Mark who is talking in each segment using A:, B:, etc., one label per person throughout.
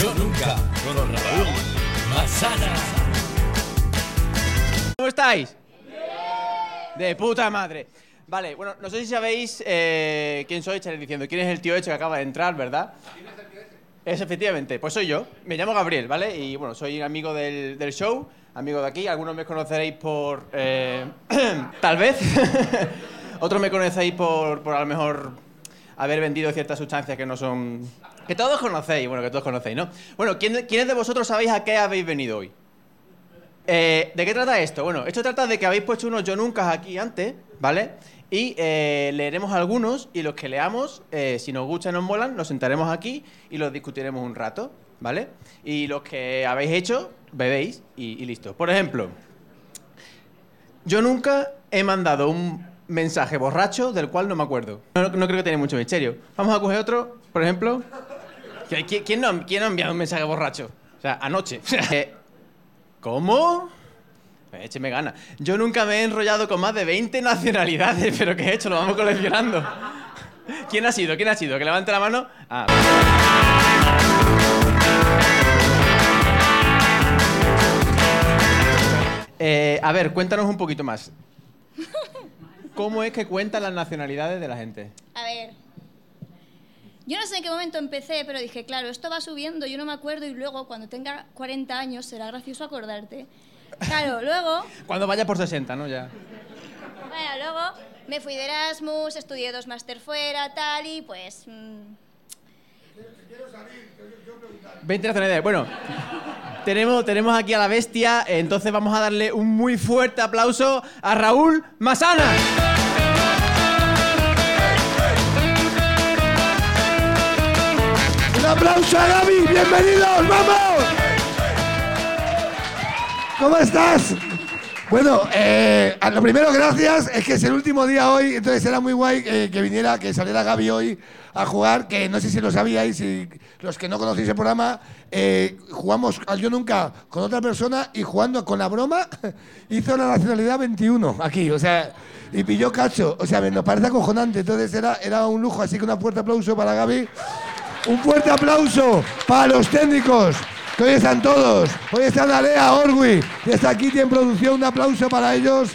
A: Yo nunca con Raúl Masana.
B: ¿Cómo estáis? De puta madre. Vale, bueno, no sé si sabéis eh, quién soy, estaréis diciendo. ¿Quién es el tío hecho que acaba de entrar, verdad? Es efectivamente, pues soy yo. Me llamo Gabriel, ¿vale? Y bueno, soy amigo del, del show, amigo de aquí. Algunos me conoceréis por. eh, tal vez. Otros me conocéis por, por a lo mejor haber vendido ciertas sustancias que no son. que todos conocéis, bueno, que todos conocéis, ¿no? Bueno, ¿quién- ¿quiénes de vosotros sabéis a qué habéis venido hoy? Eh, ¿De qué trata esto? Bueno, esto trata de que habéis puesto unos yo nunca aquí antes, ¿vale? Y eh, leeremos algunos y los que leamos, eh, si nos gustan y nos molan, nos sentaremos aquí y los discutiremos un rato, ¿vale? Y los que habéis hecho, bebéis y, y listo. Por ejemplo, yo nunca he mandado un mensaje borracho del cual no me acuerdo. No, no creo que tenga mucho misterio. Vamos a coger otro, por ejemplo. ¿Qui- qui- ¿Quién no, ha- quién no ha enviado un mensaje borracho? O sea, anoche. Eh, ¿Cómo? Pues Écheme gana. Yo nunca me he enrollado con más de 20 nacionalidades, pero ¿qué he hecho? Lo vamos coleccionando. ¿Quién ha sido? ¿Quién ha sido? Que levante la mano. Ah. Eh, a ver, cuéntanos un poquito más. ¿Cómo es que cuentan las nacionalidades de la gente?
C: A ver. Yo no sé en qué momento empecé, pero dije, claro, esto va subiendo, yo no me acuerdo y luego cuando tenga 40 años será gracioso acordarte. Claro, luego,
B: Cuando vaya por 60, ¿no? Ya.
C: bueno, luego me fui de Erasmus, estudié dos máster fuera, tal y pues mm,
B: 20 nacionalidades. Bueno, tenemos, tenemos aquí a la bestia, entonces vamos a darle un muy fuerte aplauso a Raúl Masana.
D: ¡Un aplauso a Gaby! ¡Bienvenidos! ¡Vamos! ¿Cómo estás? Bueno, eh, a lo primero, gracias. Es que es el último día hoy, entonces era muy guay eh, que viniera, que saliera Gaby hoy a jugar, que no sé si lo sabíais, y los que no conocéis el programa, eh, jugamos al Yo Nunca con otra persona y jugando con la broma hizo la nacionalidad 21 aquí, o sea, y pilló cacho. O sea, me- nos parece acojonante, entonces era, era un lujo, así que un fuerte aplauso para Gaby. Un fuerte aplauso para los técnicos, que hoy están todos. Hoy está Nalea Orwi, que está aquí en producción. Un aplauso para ellos.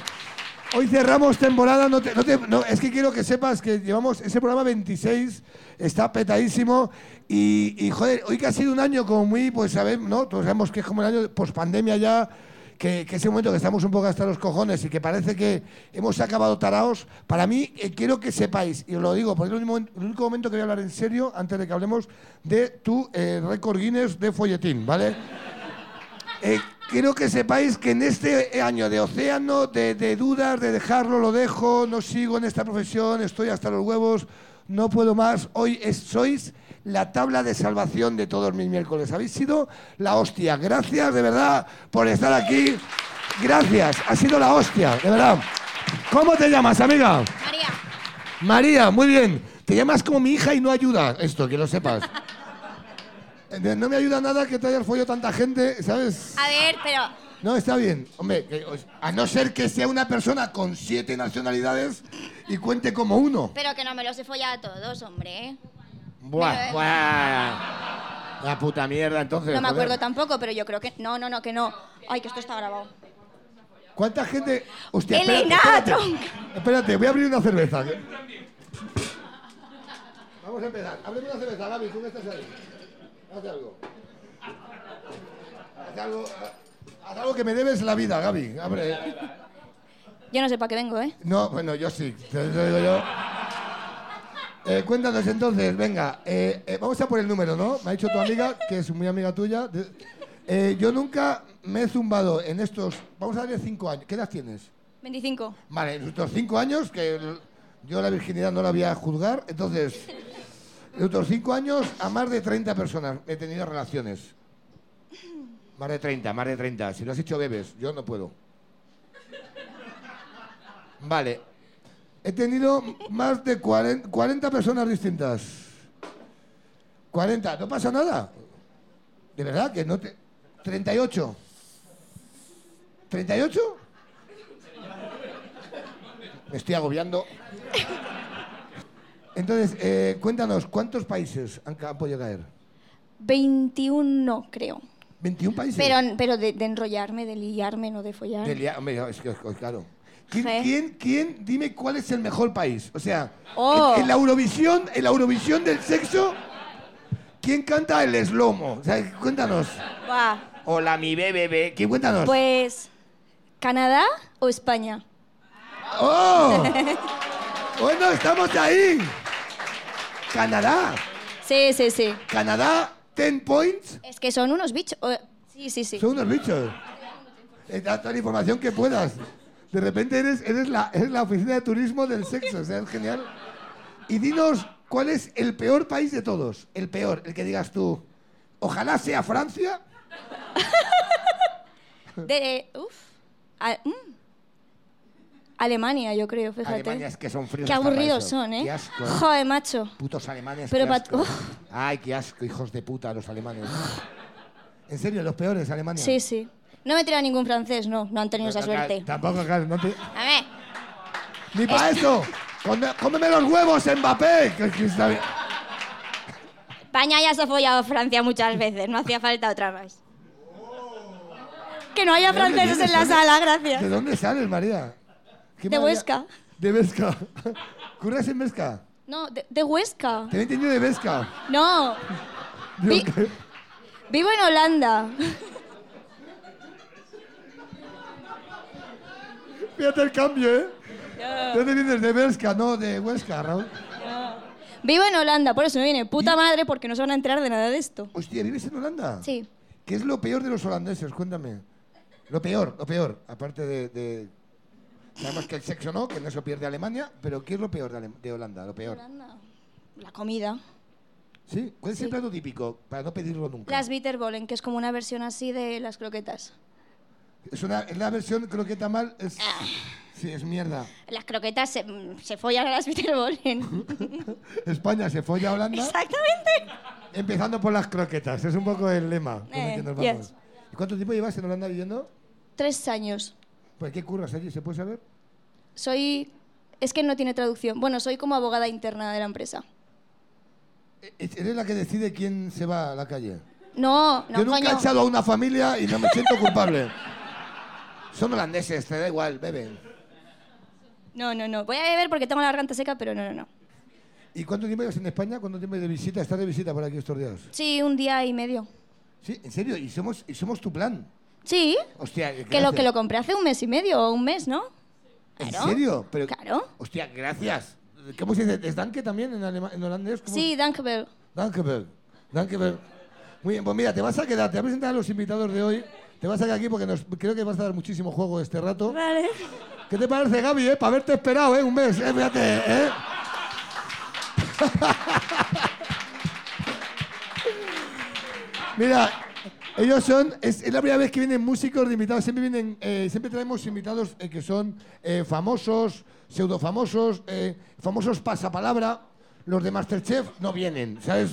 D: Hoy cerramos temporada. No te- no te- no, es que quiero que sepas que llevamos ese programa 26, está petadísimo. Y, y, joder, hoy que ha sido un año como muy, pues sabemos, ¿no? Todos sabemos que es como el año post pandemia ya. Que, que ese momento que estamos un poco hasta los cojones y que parece que hemos acabado taraos, para mí eh, quiero que sepáis, y os lo digo, porque es el único, el único momento que voy a hablar en serio antes de que hablemos de tu eh, récord Guinness de folletín, ¿vale? Eh, quiero que sepáis que en este año de océano, de, de dudas, de dejarlo, lo dejo, no sigo en esta profesión, estoy hasta los huevos, no puedo más. Hoy es- sois la tabla de salvación de todos mis miércoles. Habéis sido la hostia. Gracias de verdad por estar aquí. Gracias, ha sido la hostia, de verdad. ¿Cómo te llamas, amiga?
C: María,
D: María, muy bien. Te llamas como mi hija y no ayuda esto, que lo sepas. Eh, No me ayuda nada que te hayas follado tanta gente, ¿sabes?
C: a ver, pero
D: No, está bien. Hombre, que os- a no ser que sea una persona con siete nacionalidades y cuente como uno.
C: pero que no me los he follado a todos, hombre.
E: Buah,
C: Pero-
E: buah. La puta mierda, entonces.
C: eh. No me
E: joder.
C: acuerdo tampoco, pero yo creo que no, no, no, que no. Ay, que esto está grabado.
D: ¿Cuánta gente...? Hostia,
C: Elena,
D: espérate, espérate.
C: tronca.
D: Espérate, voy a abrir una cerveza. Vamos a empezar. Abreme una cerveza, Gaby, tú que estás ahí. Haz algo. Haz algo... Haz algo que me debes la vida, Gaby. Abre.
C: Yo no sé para qué vengo, ¿eh?
D: No, bueno, yo sí, te lo digo yo. Eh, cuéntanos entonces, venga, eh, eh, vamos a por el número, ¿no? Me ha dicho tu amiga, que es muy amiga tuya. de- eh, yo nunca me he zumbado en estos, vamos a ver, cinco años. ¿Qué edad tienes?
C: 25.
D: Vale, en estos cinco años, que el- yo la virginidad no la voy a juzgar, entonces, en estos cinco años, a más de 30 personas he tenido relaciones.
E: Más de 30, más de 30.
D: Si lo has hecho bebes, yo no puedo. Vale. He tenido más de 40, 40 personas distintas. 40, no pasa nada. De verdad que no te... 38. ¿38? Me estoy agobiando. Entonces, eh, cuéntanos, ¿cuántos países han, ca- han podido caer?
F: 21 no, creo.
D: 21 países.
F: Pero, pero de, de enrollarme, de liarme, no de follar.
D: De lia- hombre, es que, es que- claro. ¿Quién,
F: Joder.
D: quién, quién- dime cuál es el mejor país? O sea,
F: Oh.
D: en, en la Eurovisión, en la Eurovisión del sexo, ¿quién canta el eslomo? O sea, cuéntanos.
F: Buah,
G: Hola, mi bebé.
D: ¿Quién cuéntanos?
F: Pues, ¿Canadá o España?
D: ¡Oh! bueno, estamos ahí. Canadá.
F: Sí, sí, sí.
D: Canadá, 10 points.
F: Es que son unos bichos. eh, Sí, sí, sí.
D: Son unos bichos. Eh, Da toda la información que puedas. De repente eres, eres, la, eres la oficina de turismo del sexo. O sea, es genial. Y dinos, ¿cuál es el peor país de todos? El peor, el que digas tú. Ojalá sea Francia.
F: De, eh, uf. A- mm. Alemania, yo creo, fíjate.
G: Alemania es que son fríos.
F: Qué
G: hasta para
F: aburridos
G: eso.
F: son, ¿eh?
G: Qué asco.
F: Joder, macho.
G: Putos alemanes.
F: Pero
G: qué
F: pa-
G: asco.
F: Uf.
G: Ay, qué asco, hijos de puta, los alemanes.
D: En serio, los peores, Alemania.
F: Sí, sí. No me tira ningún francés, no. No han tenido esa suerte.
D: Tampoco, claro. no te-
F: A ver.
D: Ni para eso. Come- Cómeme los huevos, Mbappé. que- que está bien.
F: España ya se ha follado a Francia muchas veces, no hacía falta otra más. Que no haya
D: ¿De dónde
F: franceses en la
D: vienes,
F: sala,
D: ¿De
F: gracias.
D: dónde sales, María? ¿Qué
F: De
D: María?
F: Huesca.
D: De Vesca. ¿Curras en Vesca?
F: No, de, de Huesca.
D: Te he entendido de Vesca.
F: No, Vi- vivo en Holanda.
D: Fíjate el cambio, ¿eh? Yo te vienes de Vesca, no de Huesca, Raúl.
F: Vivo en Holanda, por eso me viene puta madre porque no se van a enterar de nada de esto.
D: Hostia, ¿vives en Holanda?
F: Sí.
D: ¿Qué es lo peor de los holandeses? Cuéntame. Lo peor, lo peor. Aparte de... de- Sabemos que el sexo no, que no se lo pierde Alemania, pero ¿qué es lo peor de, Ale- de Holanda? Lo peor.
F: Holanda. La comida.
D: ¿Sí? ¿Cuál es el plato típico? Para no pedirlo nunca.
F: Las Bitterbollen, que es como una versión así de las croquetas.
D: Es, una, es la versión, creo que mal. Es...
F: Ah.
D: Sí, es mierda.
F: Las croquetas se, se follan a las Bitterbollen.
D: España se folla a Holanda.
F: Exactamente.
D: Empezando por las croquetas, es un poco el lema con el
F: Eh,
D: Ah, que nos vamos.
F: yes.
D: ¿Y cuánto tiempo llevas en Holanda viviendo?
F: Tres años.
D: ¿Por Pues, qué curras allí? ¿Se puede saber?
F: Soy. Es que no tiene traducción. Bueno, soy como abogada interna de la empresa.
D: E- ¿Eres la que decide quién se va a la calle?
F: No, no,
D: Yo nunca he
F: coño.
D: echado a una familia y no me siento culpable. Son holandeses, te da igual, beben.
F: No, no, no. Voy a beber porque tengo la garganta seca, pero no, no, no.
D: ¿Y cuánto tiempo llevas en España? ¿Cuánto tiempo de visita? ¿Estás de visita por aquí estos días?
F: Sí, un día y medio.
D: Sí, en serio, y somos, y somos tu plan.
F: Sí,
D: Hostia, eh,
F: que lo, que
D: gracias.
F: lo compré hace un mes y medio o un mes, ¿no?
D: ¿En
F: Claro.
D: serio? Pero,
F: Claro.
D: Hostia, gracias. ¿Cómo se dice? ¿Es danke también en, alema- en holandés? ¿Cómo-
F: Sí, Dankbell.
D: Dankebel, Dankebel. Muy bien, pues mira, te vas a quedar, te voy a presentar a los invitados de hoy. Te vas a quedar aquí porque nos, creo que vas a dar muchísimo juego este rato.
F: Vale.
D: ¿Qué te parece, Gaby, eh? Para haberte esperado, ¿eh? Un mes, eh, fíjate, ¿eh? Mira, ellos son, es, es la primera vez que vienen músicos de invitados, siempre vienen, eh, siempre traemos invitados eh, que son eh, famosos, pseudofamosos, eh, famosos pasapalabra, los de Masterchef no vienen, ¿sabes?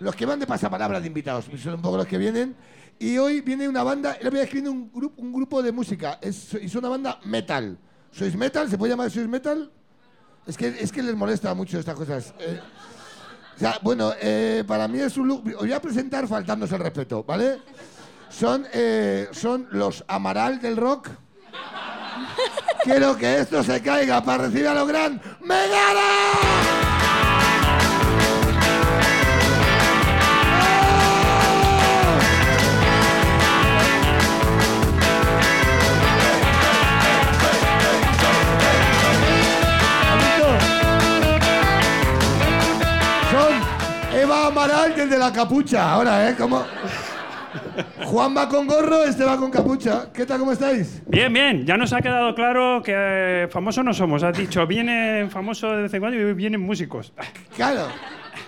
D: Los que van de pasapalabra de invitados, pues son un poco los que vienen. Y hoy viene una banda, es la primera vez que viene un, grupo un grupo de música, es, es una banda metal. ¿Sois metal? ¿Se puede llamar sois metal? Es que, es que les molesta mucho estas cosas. Eh, o sea, bueno, eh, para mí es un look. Os voy a presentar faltándose el respeto, ¿vale? Son, eh, son los Amaral del rock. Quiero que esto se caiga para recibir a lo gran Megara. ¡Amigo! Son Eva Amaral y el de la capucha. Ahora, ¿eh? ¿Cómo? Juan va con gorro, este va con capucha. ¿Qué tal, cómo estáis?
H: Bien, bien, ya nos ha quedado claro que eh, famosos no somos. Has dicho, vienen famosos de vez en cuando y vienen músicos.
D: Claro.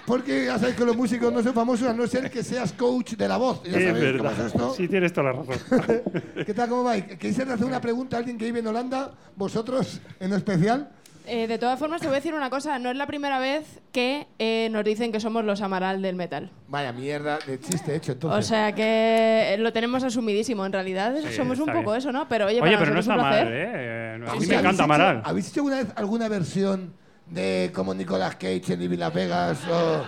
D: Porque ya sabéis que los músicos no son famosos a no ser que seas coach de la voz. Ya
H: es
D: sabéis cómo
H: verdad.
D: es esto.
H: Sí, tienes toda la razón.
D: ¿Qué tal, cómo vais? ¿Queréis hacer una pregunta a alguien que vive en Holanda? ¿Vosotros en especial?
I: Eh, de todas formas, te voy a decir una cosa. No es la primera vez que eh, nos dicen que somos los Amaral del metal.
D: Vaya mierda de chiste hecho,
I: O
D: entonces.
I: sea que eh, lo tenemos asumidísimo. En realidad somos un
H: está
I: poco
H: bien.
I: eso, ¿no? Pero oye,
H: Oye,
I: para
H: pero no
I: nosotros
H: está
I: es un
H: mal,
I: placer.
H: ¿eh? A mí
D: Sí, sí,
H: me
D: ¿habéis
H: encanta
D: hecho-
H: Amaral.
D: ¿Habéis hecho alguna vez alguna versión de como Nicolas Cage en Living Las Vegas o,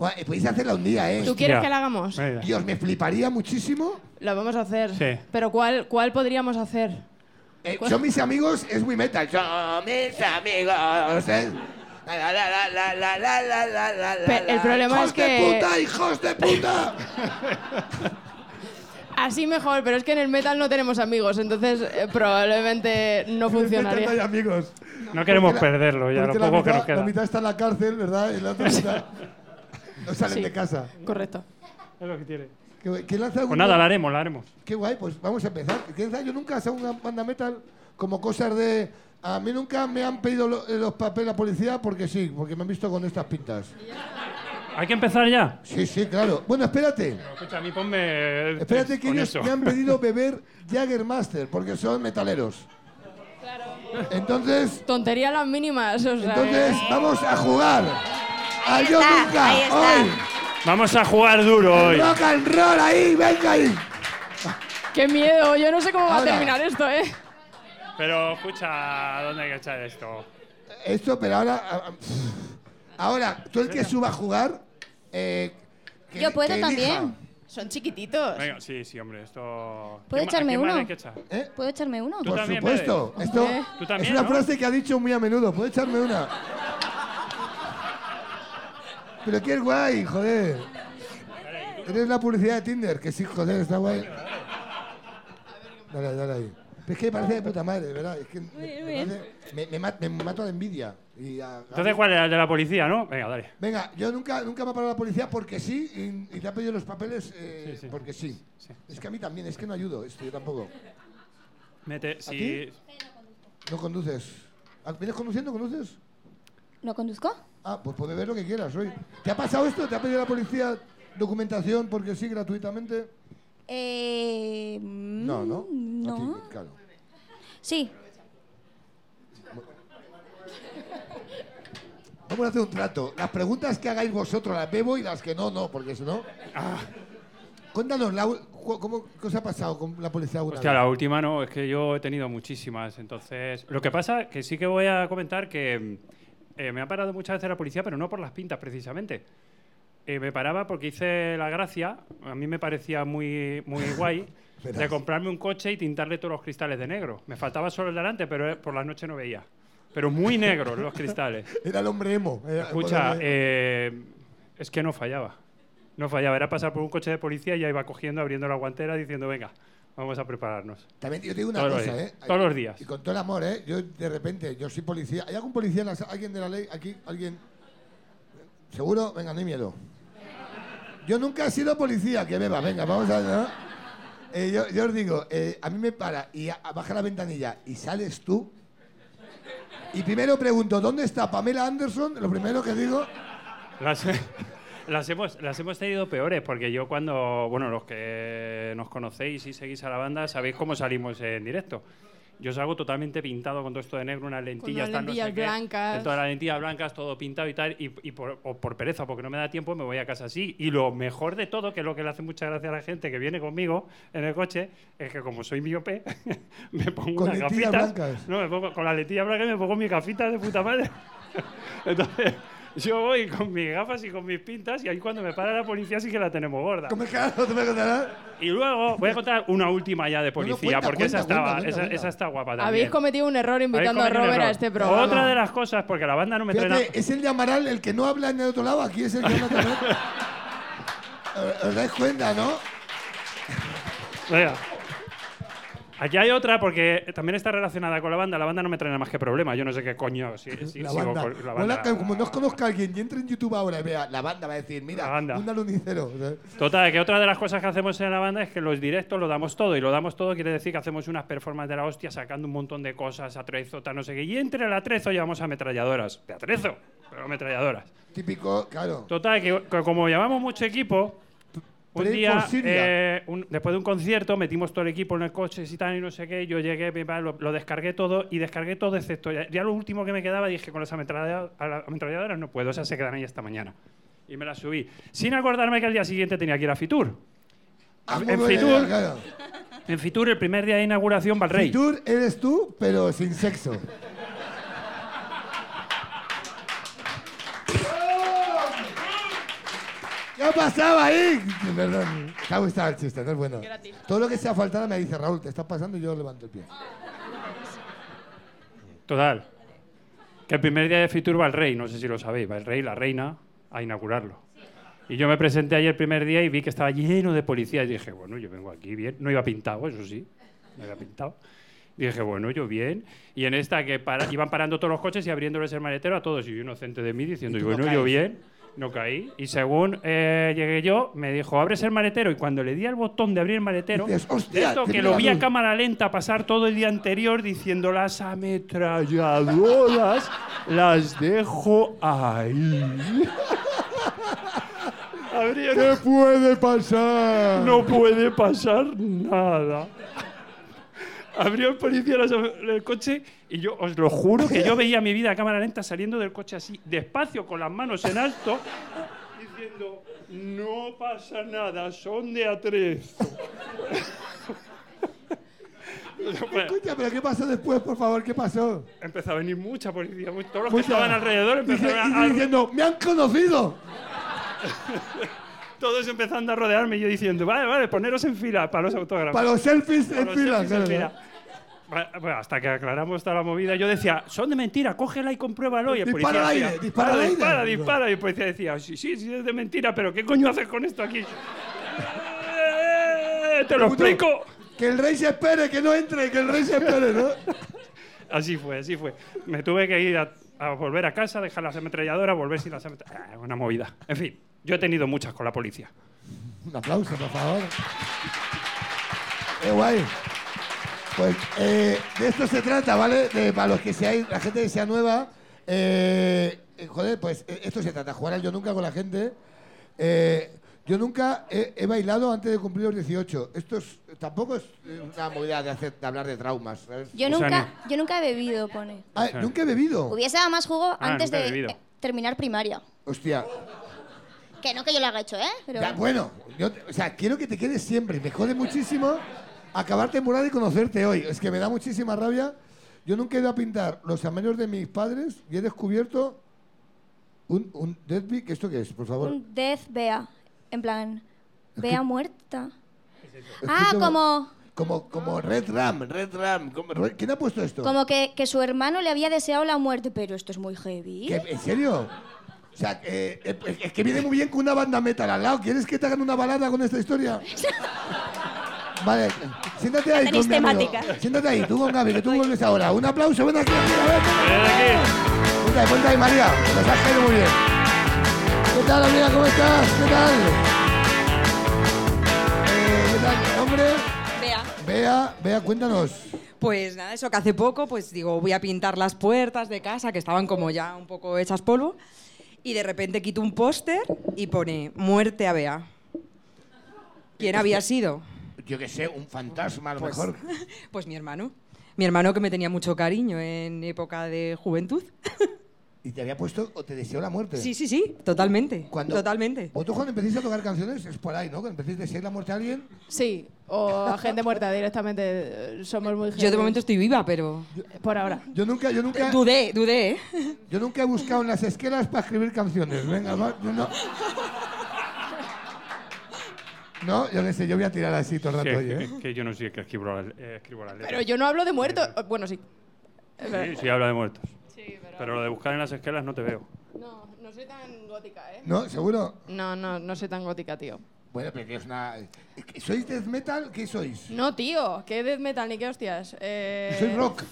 D: Guau, eh, Podéis hacerla un día, ¿eh?
I: ¿Tú quieres
H: Ya.
I: que la hagamos?
H: Venga.
D: Dios, me fliparía muchísimo.
I: La vamos a hacer.
H: Sí.
I: Pero ¿cuál, ¿cuál podríamos hacer?
D: Eh,
I: ¿Cuál?
D: son mis amigos, es muy metal. Son mis amigos. ¿eh? La, la, la, la, la, la, la, la, la, la,
I: Pe- el
D: la.
I: problema
D: ¡Hijos
I: es que-
D: de puta, hijos de puta!
I: Así mejor, pero es que en el metal no tenemos amigos, entonces eh, probablemente no
J: No hay
I: funcionaría.
J: amigos.
H: No queremos
D: Porque la-
H: perderlo ya, lo
J: Porque la
H: poco que
J: mitad-
H: nos queda.
J: La mitad está en la cárcel, ¿verdad? Y la otra mitad no salen
I: Sí.
J: de casa.
I: Correcto.
H: Es lo que tiene.
D: Qué guay. ¿Quién lanza
H: Pues
D: algún-
H: nada, la haremos, la haremos.
D: Qué guay, pues vamos a empezar. ¿Quién sabe? Yo nunca he hecho una banda metal como cosas de... A mí nunca me han pedido lo- los papeles la policía porque sí, porque me han visto con estas pintas.
H: Hay que empezar ya.
D: Sí, sí, claro. Bueno, espérate.
H: Escucha, a mí ponme. eh, el
D: Espérate
H: tres
D: que
H: con
D: ellos
H: eso.
D: me han pedido beber Jaggermaster porque son metaleros. Claro. Entonces,
I: Tontería las mínimas, o sea, eh.
D: entonces vamos a jugar al Yo
K: está,
D: Nunca.
K: ahí está.
D: Hoy,
H: Vamos a jugar duro hoy.
D: rock and roll ahí, venga ahí.
I: Qué miedo, yo no sé cómo va a
D: Ahora.
I: terminar esto, ¿eh?
H: Pero escucha, ¿a ¿dónde hay que echar esto?
D: Esto, pero ahora. ah, ah, pff. Ahora, tú el que suba a jugar. eh, que-
C: Yo puedo
D: que
C: también.
I: eh, Son
D: ah.
I: chiquititos.
H: Venga, sí, sí, hombre, esto.
C: ¿Puedo
H: ¿Quién
C: echarme
H: ma- a quién más
C: uno?
H: hay que echar?
D: elija. ¿Eh?
C: ¿Puedo echarme uno?
H: Tú
D: Por
H: también,
D: supuesto. Esto
I: Hombre.
H: Tú también,
D: es
H: ¿no?
D: una frase que ha dicho muy a menudo. ¿Puedo echarme una? pero qué guay, joder. Eres la publicidad de Tinder, que sí, joder, está guay. Dale, dale ahí. Pero es que parece de puta madre, ¿verdad? Es que me, parece- me- me mat- me mato de envidia. Y a- a-
H: Entonces, ¿cuál era el de la policía, no? Venga, dale.
D: Venga, yo nunca, nunca me ha parado la policía porque sí y, y te ha pedido los papeles eh,
H: Sí, sí.
D: porque sí. Es que a mí también, es que no ayudo, esto yo tampoco.
H: Mete, si.
D: ¿Aquí? No conduces. Ah, ¿Vienes conduciendo, conduces?
C: ¿Lo conduzco?
D: Ah, pues puedes ver lo que quieras hoy. ¿Te ha pasado esto? ¿Te ha pedido la policía documentación porque sí, gratuitamente?
C: Eh,
F: Em,
D: No, ¿no?
C: mm,
D: A ti,
C: No.
D: claro.
C: Sí.
D: Vamos a hacer un trato. Las preguntas que hagáis vosotros las bebo y las que no, no, porque si no... Ah. Cuéntanos, Lau, cu- ¿cómo, ¿qué os ha pasado con la policía alguna
H: Hostia,
D: vez?
H: la última no, es que yo he tenido muchísimas. Entonces, lo que pasa que sí que voy a comentar que mm, eh, me ha parado muchas veces la policía, pero no por las pintas precisamente. Eh, me paraba porque hice la gracia, a mí me parecía muy, muy guay, de comprarme un coche y tintarle todos los cristales de negro. Me faltaba solo el de delante, pero eh, por la noche no veía. Pero muy negros los cristales.
D: Era el hombre emo. era-
H: Escucha,
D: bueno,
H: eh, es que no fallaba. No fallaba, era pasar por un coche de policía y ya iba cogiendo, abriendo la guantera, diciendo, venga, vamos a prepararnos.
D: También yo te digo una
H: Todos los
D: cosa,
H: días.
D: ¿eh?
H: Todos los días.
D: Y con todo el amor, ¿eh? Yo de repente, yo soy policía. ¿Hay algún policía, en la sa- alguien de la ley aquí? ¿Alguien? ¿Seguro? Venga, no hay miedo. Yo nunca he sido policía, que beba, venga, vamos a... ¿no? Eh, yo, yo os digo, eh, a mí me para y a- baja la ventanilla y sales tú. Y primero pregunto, ¿dónde está Pamela Anderson? Lo primero que digo,
H: Las, las hemos, las hemos tenido peores, porque yo cuando, bueno, los que nos conocéis y seguís a la banda, sabéis cómo salimos en directo. Yo salgo totalmente pintado con todo esto de negro, unas lentillas, tal, no sé
I: lentillas
H: qué,
I: blancas.
H: en todas las lentillas blancas, todo pintado y tal, y, y por, o por pereza, porque no me da tiempo, me voy a casa así. Y lo mejor de todo, que es lo que le hace mucha gracia a la gente que viene conmigo en el coche, es que como soy miope, me pongo
D: Con
H: unas
D: lentillas
H: gafitas.
D: blancas.
H: No, me pongo, con las lentillas blancas me pongo mis gafitas de puta madre. Entonces, yo voy con mis gafas y con mis pintas y ahí cuando me para la policía sí que la tenemos gorda.
D: ¿cómo es que ahora no te voy a contar?
H: Y luego voy a contar una última ya de
D: No, no,
H: policía,
D: cuenta,
H: porque esa,
D: cuenta,
H: estaba,
D: cuenta,
H: esa,
D: cuenta.
H: esa está guapa también.
I: Habéis cometido un error
H: Habéis
I: invitando a
H: cometido un
I: Robert a
H: error.
I: este programa.
H: Otra de las cosas, porque la banda no me trae nada.
D: Fíjate, es el de Amaral el que no habla en el otro lado, aquí es el que habla también. Eh, ¿Os dais cuenta, no?
H: Venga. Aquí hay otra porque también está relacionada con la banda. La banda no me trae nada más que problemas. Yo no sé qué coño. Si, si-
D: La
H: sigo
D: banda.
H: con la
D: Mola
H: banda.
D: que como no os conozca a alguien y entre en YouTube ahora y vea, la banda va a decir,
H: La
D: mira,
H: banda.
D: un alunicero. o sea,
H: Total, que otra de las cosas que hacemos en la banda es que los directos lo damos todo. Y lo damos todo quiere decir que hacemos unas performances de la hostia sacando un montón de cosas, atrezo, tal, no sé qué. Y entre el atrezo llevamos ametralladoras. De atrezo, pero ametralladoras.
D: Típico, claro.
H: Total, que, que como llevamos mucho equipo, un
D: Tres
H: día,
D: por Siria.
H: eh, un- después de un concierto, metimos todo el equipo en el coche y tal, y no sé qué. Yo llegué, mi padre, lo, lo descargué todo y descargué todo, excepto ya, ya lo último que me quedaba. Dije, con las ametralla- a las ametralladoras no puedo, esas se quedan ahí esta mañana. Y me las subí. Sin acordarme que al día siguiente tenía que ir a Fitur.
D: Ah, muy
H: en
D: buena
H: Fitur.
D: idea, claro.
H: En Fitur, el primer día de inauguración, va el rey.
D: Fitur eres tú, pero sin sexo. ¿Qué pasaba ahí? Perdón, te ha gustado el chiste, no es bueno.
I: Gratis.
D: Todo lo que sea faltada me dice Raúl, te estás pasando y yo levanto el pie.
H: Total. Que el primer día de Fitur va el rey, no sé si lo sabéis, va el rey, la reina, a inaugurarlo. Y yo me presenté ahí el primer día y vi que estaba lleno de policías y dije, bueno, yo vengo aquí bien. No iba pintado, eso sí, no iba pintado. Y dije, bueno, yo bien. Y en esta que para- iban parando todos los coches y abriéndoles el maletero a todos. Y yo inocente de mí diciendo,
E: Y tú no
H: bueno, yo
E: caes.
H: bien. No caí. Y según eh, llegué yo, me dijo, abres el maletero. Y cuando le di al botón de abrir el maletero,
D: Dices,
H: de
D: "Hostia,
H: esto
D: te
H: que lo vi a
D: pegas un-".
H: cámara lenta pasar todo el día anterior diciendo las ametralladoras las dejo ahí. Abrieron-
D: ¿Qué puede pasar?
H: no puede pasar nada. Abrió el policía las- el coche y yo os lo juro que yo veía mi vida a cámara lenta saliendo del coche así, despacio, con las manos en alto, diciendo, no pasa nada, son de atrezo.
D: Escucha, pero ¿qué pasó después, por favor? ¿Qué pasó?
H: Empezó a venir mucha policía, mu- todos los que
D: Mucha-
H: estaban alrededor
D: Dije-
H: empezaron
D: y
H: a, a-
D: diciendo, me han conocido.
H: todos empezando a rodearme y yo diciendo, vale, vale, poneros en fila para los autógrafos.
D: Para los selfies
H: Para
D: en
H: los
D: fila.
H: selfies en
D: claro.
H: fila. Va- bueno, hasta que aclaramos toda la movida, yo decía, son de mentira, cógela y compruébalo. Y el
D: Dispara
H: policía
D: al aire,
H: decía,
D: dispara al aire.
H: dispara, dispara. Y el policía decía, sí, sí, sí, es de mentira, pero ¿qué coño haces con esto aquí? Eh, ¡Te lo
D: Puto,
H: explico!
D: Que el rey se espere, que no entre, que el rey se espere, ¿no?
H: Así fue, así fue. Me tuve que ir a, a volver a casa, dejar las ametralladoras, volver sin las ametralladoras. Ah, una movida. En fin, yo he tenido muchas con la policía.
D: Un aplauso, por favor. Qué guay. Pues eh, de esto se trata, ¿vale? De- para los que seáis, la gente que sea nueva, eh, eh, joder, pues eh, esto se trata, jugar al yo nunca con la gente. Eh, yo nunca he, he bailado antes de cumplir los 18. Esto es- tampoco es eh, una movida de, hacer, de hablar de traumas, ¿sabes?
C: Yo
H: O sea,
C: nunca, yo nunca he bebido, pone.
D: Ah, nunca he bebido.
C: Hubiese dado más jugo antes
H: Ah, nunca he
C: de
H: bebido.
C: eh, terminar primaria.
D: Hostia.
C: Que no que yo lo haga hecho, ¿eh? Pero
D: Ya, bueno, yo te- o sea, quiero que te quedes siempre. Me jode muchísimo acabar temporada y conocerte hoy. Es que me da muchísima rabia. Yo nunca he ido a pintar los armarios de mis padres y he descubierto un, un deadbeat. ¿Esto qué es, por favor?
C: un death bea. En plan, bea muerta. Ah,
D: Escúchame.
C: como,
D: Como, como Red Ram, Red Ram. como- Red- ¿Quién ha puesto esto?
C: como que, que su hermano le había deseado la muerte, pero esto es muy heavy.
D: ¿Qué- ¿En serio? O sea, eh, eh, pues es que viene muy bien con una banda metal al lado. ¿Quieres que te hagan una balada con esta historia? Vale, siéntate ahí.
C: tenéis
D: con mi amigo.
C: temática.
D: Siéntate ahí, tú con Gaby, que tú vuelves ahora. Un aplauso, ven aquí, ven, ven.
H: Ven aquí.
D: Ponte ahí, ponte ahí, María. Nos has caído muy bien. ¿Qué tal, amiga? ¿Cómo estás? ¿Qué tal? Eh, ¿Qué tal, hombre?
K: Vea.
D: Bea, Bea, cuéntanos.
K: Pues nada, eso que hace poco, pues digo, voy a pintar las puertas de casa que estaban como ya un poco hechas polvo. Y de repente quito un póster y pone muerte a Bea. ¿Quién había sido?
E: Yo qué sé, un fantasma a lo mejor.
K: Pues mi hermano. Mi hermano que me tenía mucho cariño en época de juventud.
D: ¿Y te había puesto o te deseó la muerte?
K: Sí, sí, sí, totalmente.
D: Cuando-
K: Totalmente.
D: Vosotros cuando empecéis a tocar canciones es por ahí, ¿no? Cuando empecéis a desear la muerte a alguien.
I: Sí, o a gente muerta directamente. eh, Somos muy
K: Yo de
I: heavy.
K: momento estoy viva, pero
I: Por ahora.
D: Yo nunca, yo nunca,
K: dudé, dudé. ¿eh?
D: yo nunca he buscado en las esquelas para escribir canciones. Venga, va, yo no. No, yo qué sé, yo voy a tirar así todo el
H: Que,
D: rato hoy, ¿eh?
H: que- que yo no sé que escribo la, eh, escribo la letra.
I: Pero yo no hablo de muertos. eh, Bueno, sí. Es verdad.
H: Sí, sí habla de muertos. Pero lo de buscar en las esquelas no te veo.
I: No, no soy tan gótica, ¿eh?
D: No, seguro.
I: No, no, no soy tan gótica, tío.
D: Bueno, pero que es una. eh, ¿Sois death metal? ¿Qué sois?
I: No, tío, qué death metal ni qué hostias. Eh,
D: Soy rock.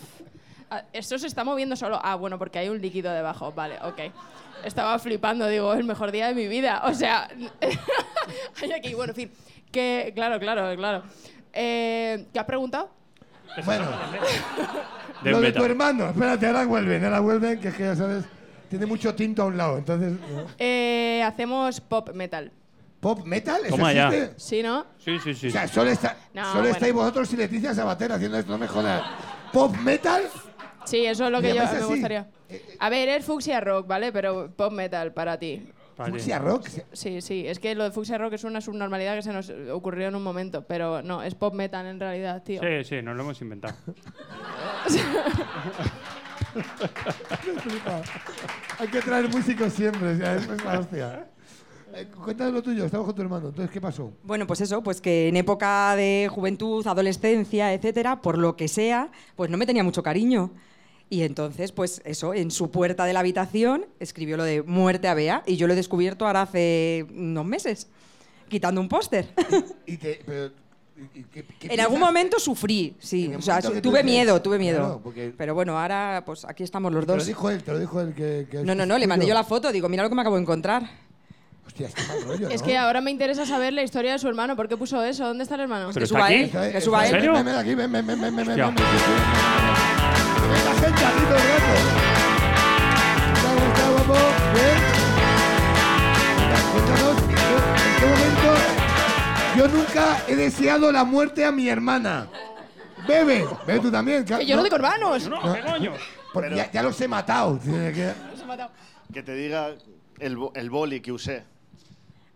I: ah, Esto se está moviendo solo. Ah, bueno, porque hay un líquido debajo. Vale, ok. Estaba flipando, digo, el mejor día de mi vida. O sea, hay aquí, bueno, en fin. Que, claro, claro, claro. Eh, ¿Qué has preguntado?
D: Bueno,
H: De
D: lo de
H: beta.
D: tu hermano. Espérate, ahora vuelven, ahora vuelven, que es que ya sabes, tiene mucho tinto a un lado. Entonces, ¿no?
I: Eh, hacemos pop metal.
D: ¿pop metal? ¿Eso
H: Toma ya.
D: existe?
I: ¿Sí, no?
H: Sí, sí, sí.
D: O sea, solo, está,
I: No,
D: solo
I: bueno.
D: estáis vosotros y Leticia Sabater haciendo esto, no me jodas. ¿Pop metal?
I: Sí, eso es lo
D: Me
I: que yo
D: llamáis
I: me
D: así. eh,
I: gustaría. A ver, es fucsia rock, ¿vale? Pero pop metal para ti.
H: Vale.
D: Fuxia rock.
I: Sí, sí, es que lo de fucsia rock es una subnormalidad que se nos ocurrió en un momento, pero no, es pop metal en realidad, tío.
H: Sí, sí, nos lo hemos inventado.
D: Hay que traer músicos siempre, o sea, es la hostia. Eh, cuéntanos lo tuyo, estamos con tu hermano. Entonces, ¿qué pasó?
K: Bueno, pues eso, pues que en época de juventud, adolescencia, etcétera, por lo que sea, pues no me tenía mucho cariño. Y entonces, pues eso, en su puerta de la habitación escribió lo de muerte a Bea y yo lo he descubierto ahora hace unos meses, quitando un póster.
D: Y te- pero, y- y- ¿qué- qué
K: En
D: piensas?
K: algún momento sufrí, sí,
D: En el
K: o sea,
D: momento que tú
K: tuve
D: dices,
K: miedo, tuve
D: claro,
K: miedo.
D: porque-
K: Pero bueno, ahora pues aquí estamos los
D: Te lo
K: dos.
D: dijo él, te lo dijo él que... que
K: No, no, no, le mandé yo la foto, digo, mira lo que me acabo de encontrar.
D: Hostia, es que mal rollo,
I: Es
D: ¿no?
I: que ahora me interesa saber la historia de su hermano. ¿Por qué puso eso? ¿Dónde está el hermano?
H: ¿Pero
K: que
H: está
K: suba
H: aquí?
K: él, que suba
H: ¿En
K: él.
H: serio?
D: Ven, ven aquí, ven, ven, ven, ven, ven, ven,
H: Hostia.
D: ven, ven, ven. Ven, la gente aquí todo el rato. Está guapo, está guapo, ven. Venga, Cuéntanos, yo, en qué momento yo nunca he deseado la muerte a mi hermana. Bebe, bebe tú también. ca-
I: Que yo no tengo hermanos.
H: No, ¿qué coño?
D: porque ya, ya los he matado. tiene que-
L: Que te diga el, bo- el boli que usé.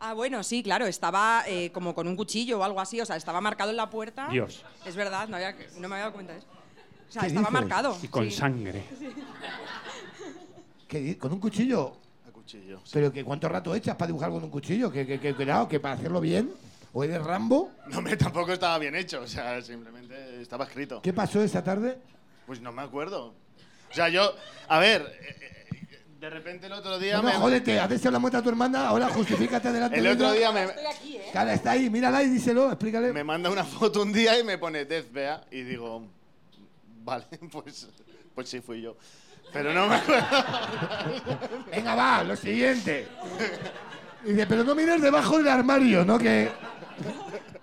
K: Ah, bueno, sí, claro, estaba eh, como con un cuchillo o algo así, o sea, estaba marcado en la puerta.
H: Dios.
K: Es verdad, no, había- no me había dado cuenta de eso. O sea,
D: ¿Qué
K: estaba
D: dices?
K: marcado.
H: Y con
K: sí.
H: sangre.
D: ¿Qué di- ¿Con un cuchillo?
L: A cuchillo.
D: ¿Pero que cuánto rato echas para dibujar con un cuchillo? ¿Que, que, que, cuidado, que para hacerlo bien? ¿O eres Rambo?
L: No, me tampoco estaba bien hecho, o sea, simplemente estaba escrito.
D: ¿Qué pasó esa tarde?
L: Pues no me acuerdo. O sea, yo, a ver, eh, eh, de repente el otro día
D: No, no,
L: me...
D: jódete, has deseado la muerte a tu hermana, ahora justifícate delante
L: el
D: de
L: otro
D: ella.
L: día me,
D: Cara, está ahí, mírala y díselo, explícale.
L: me manda una foto un día y me pone Death Bea y digo, vale, pues, pues sí fui yo. Pero no me acuerdo.
D: Venga, va, lo siguiente. Y dice, pero no mires debajo del armario, ¿no? Que,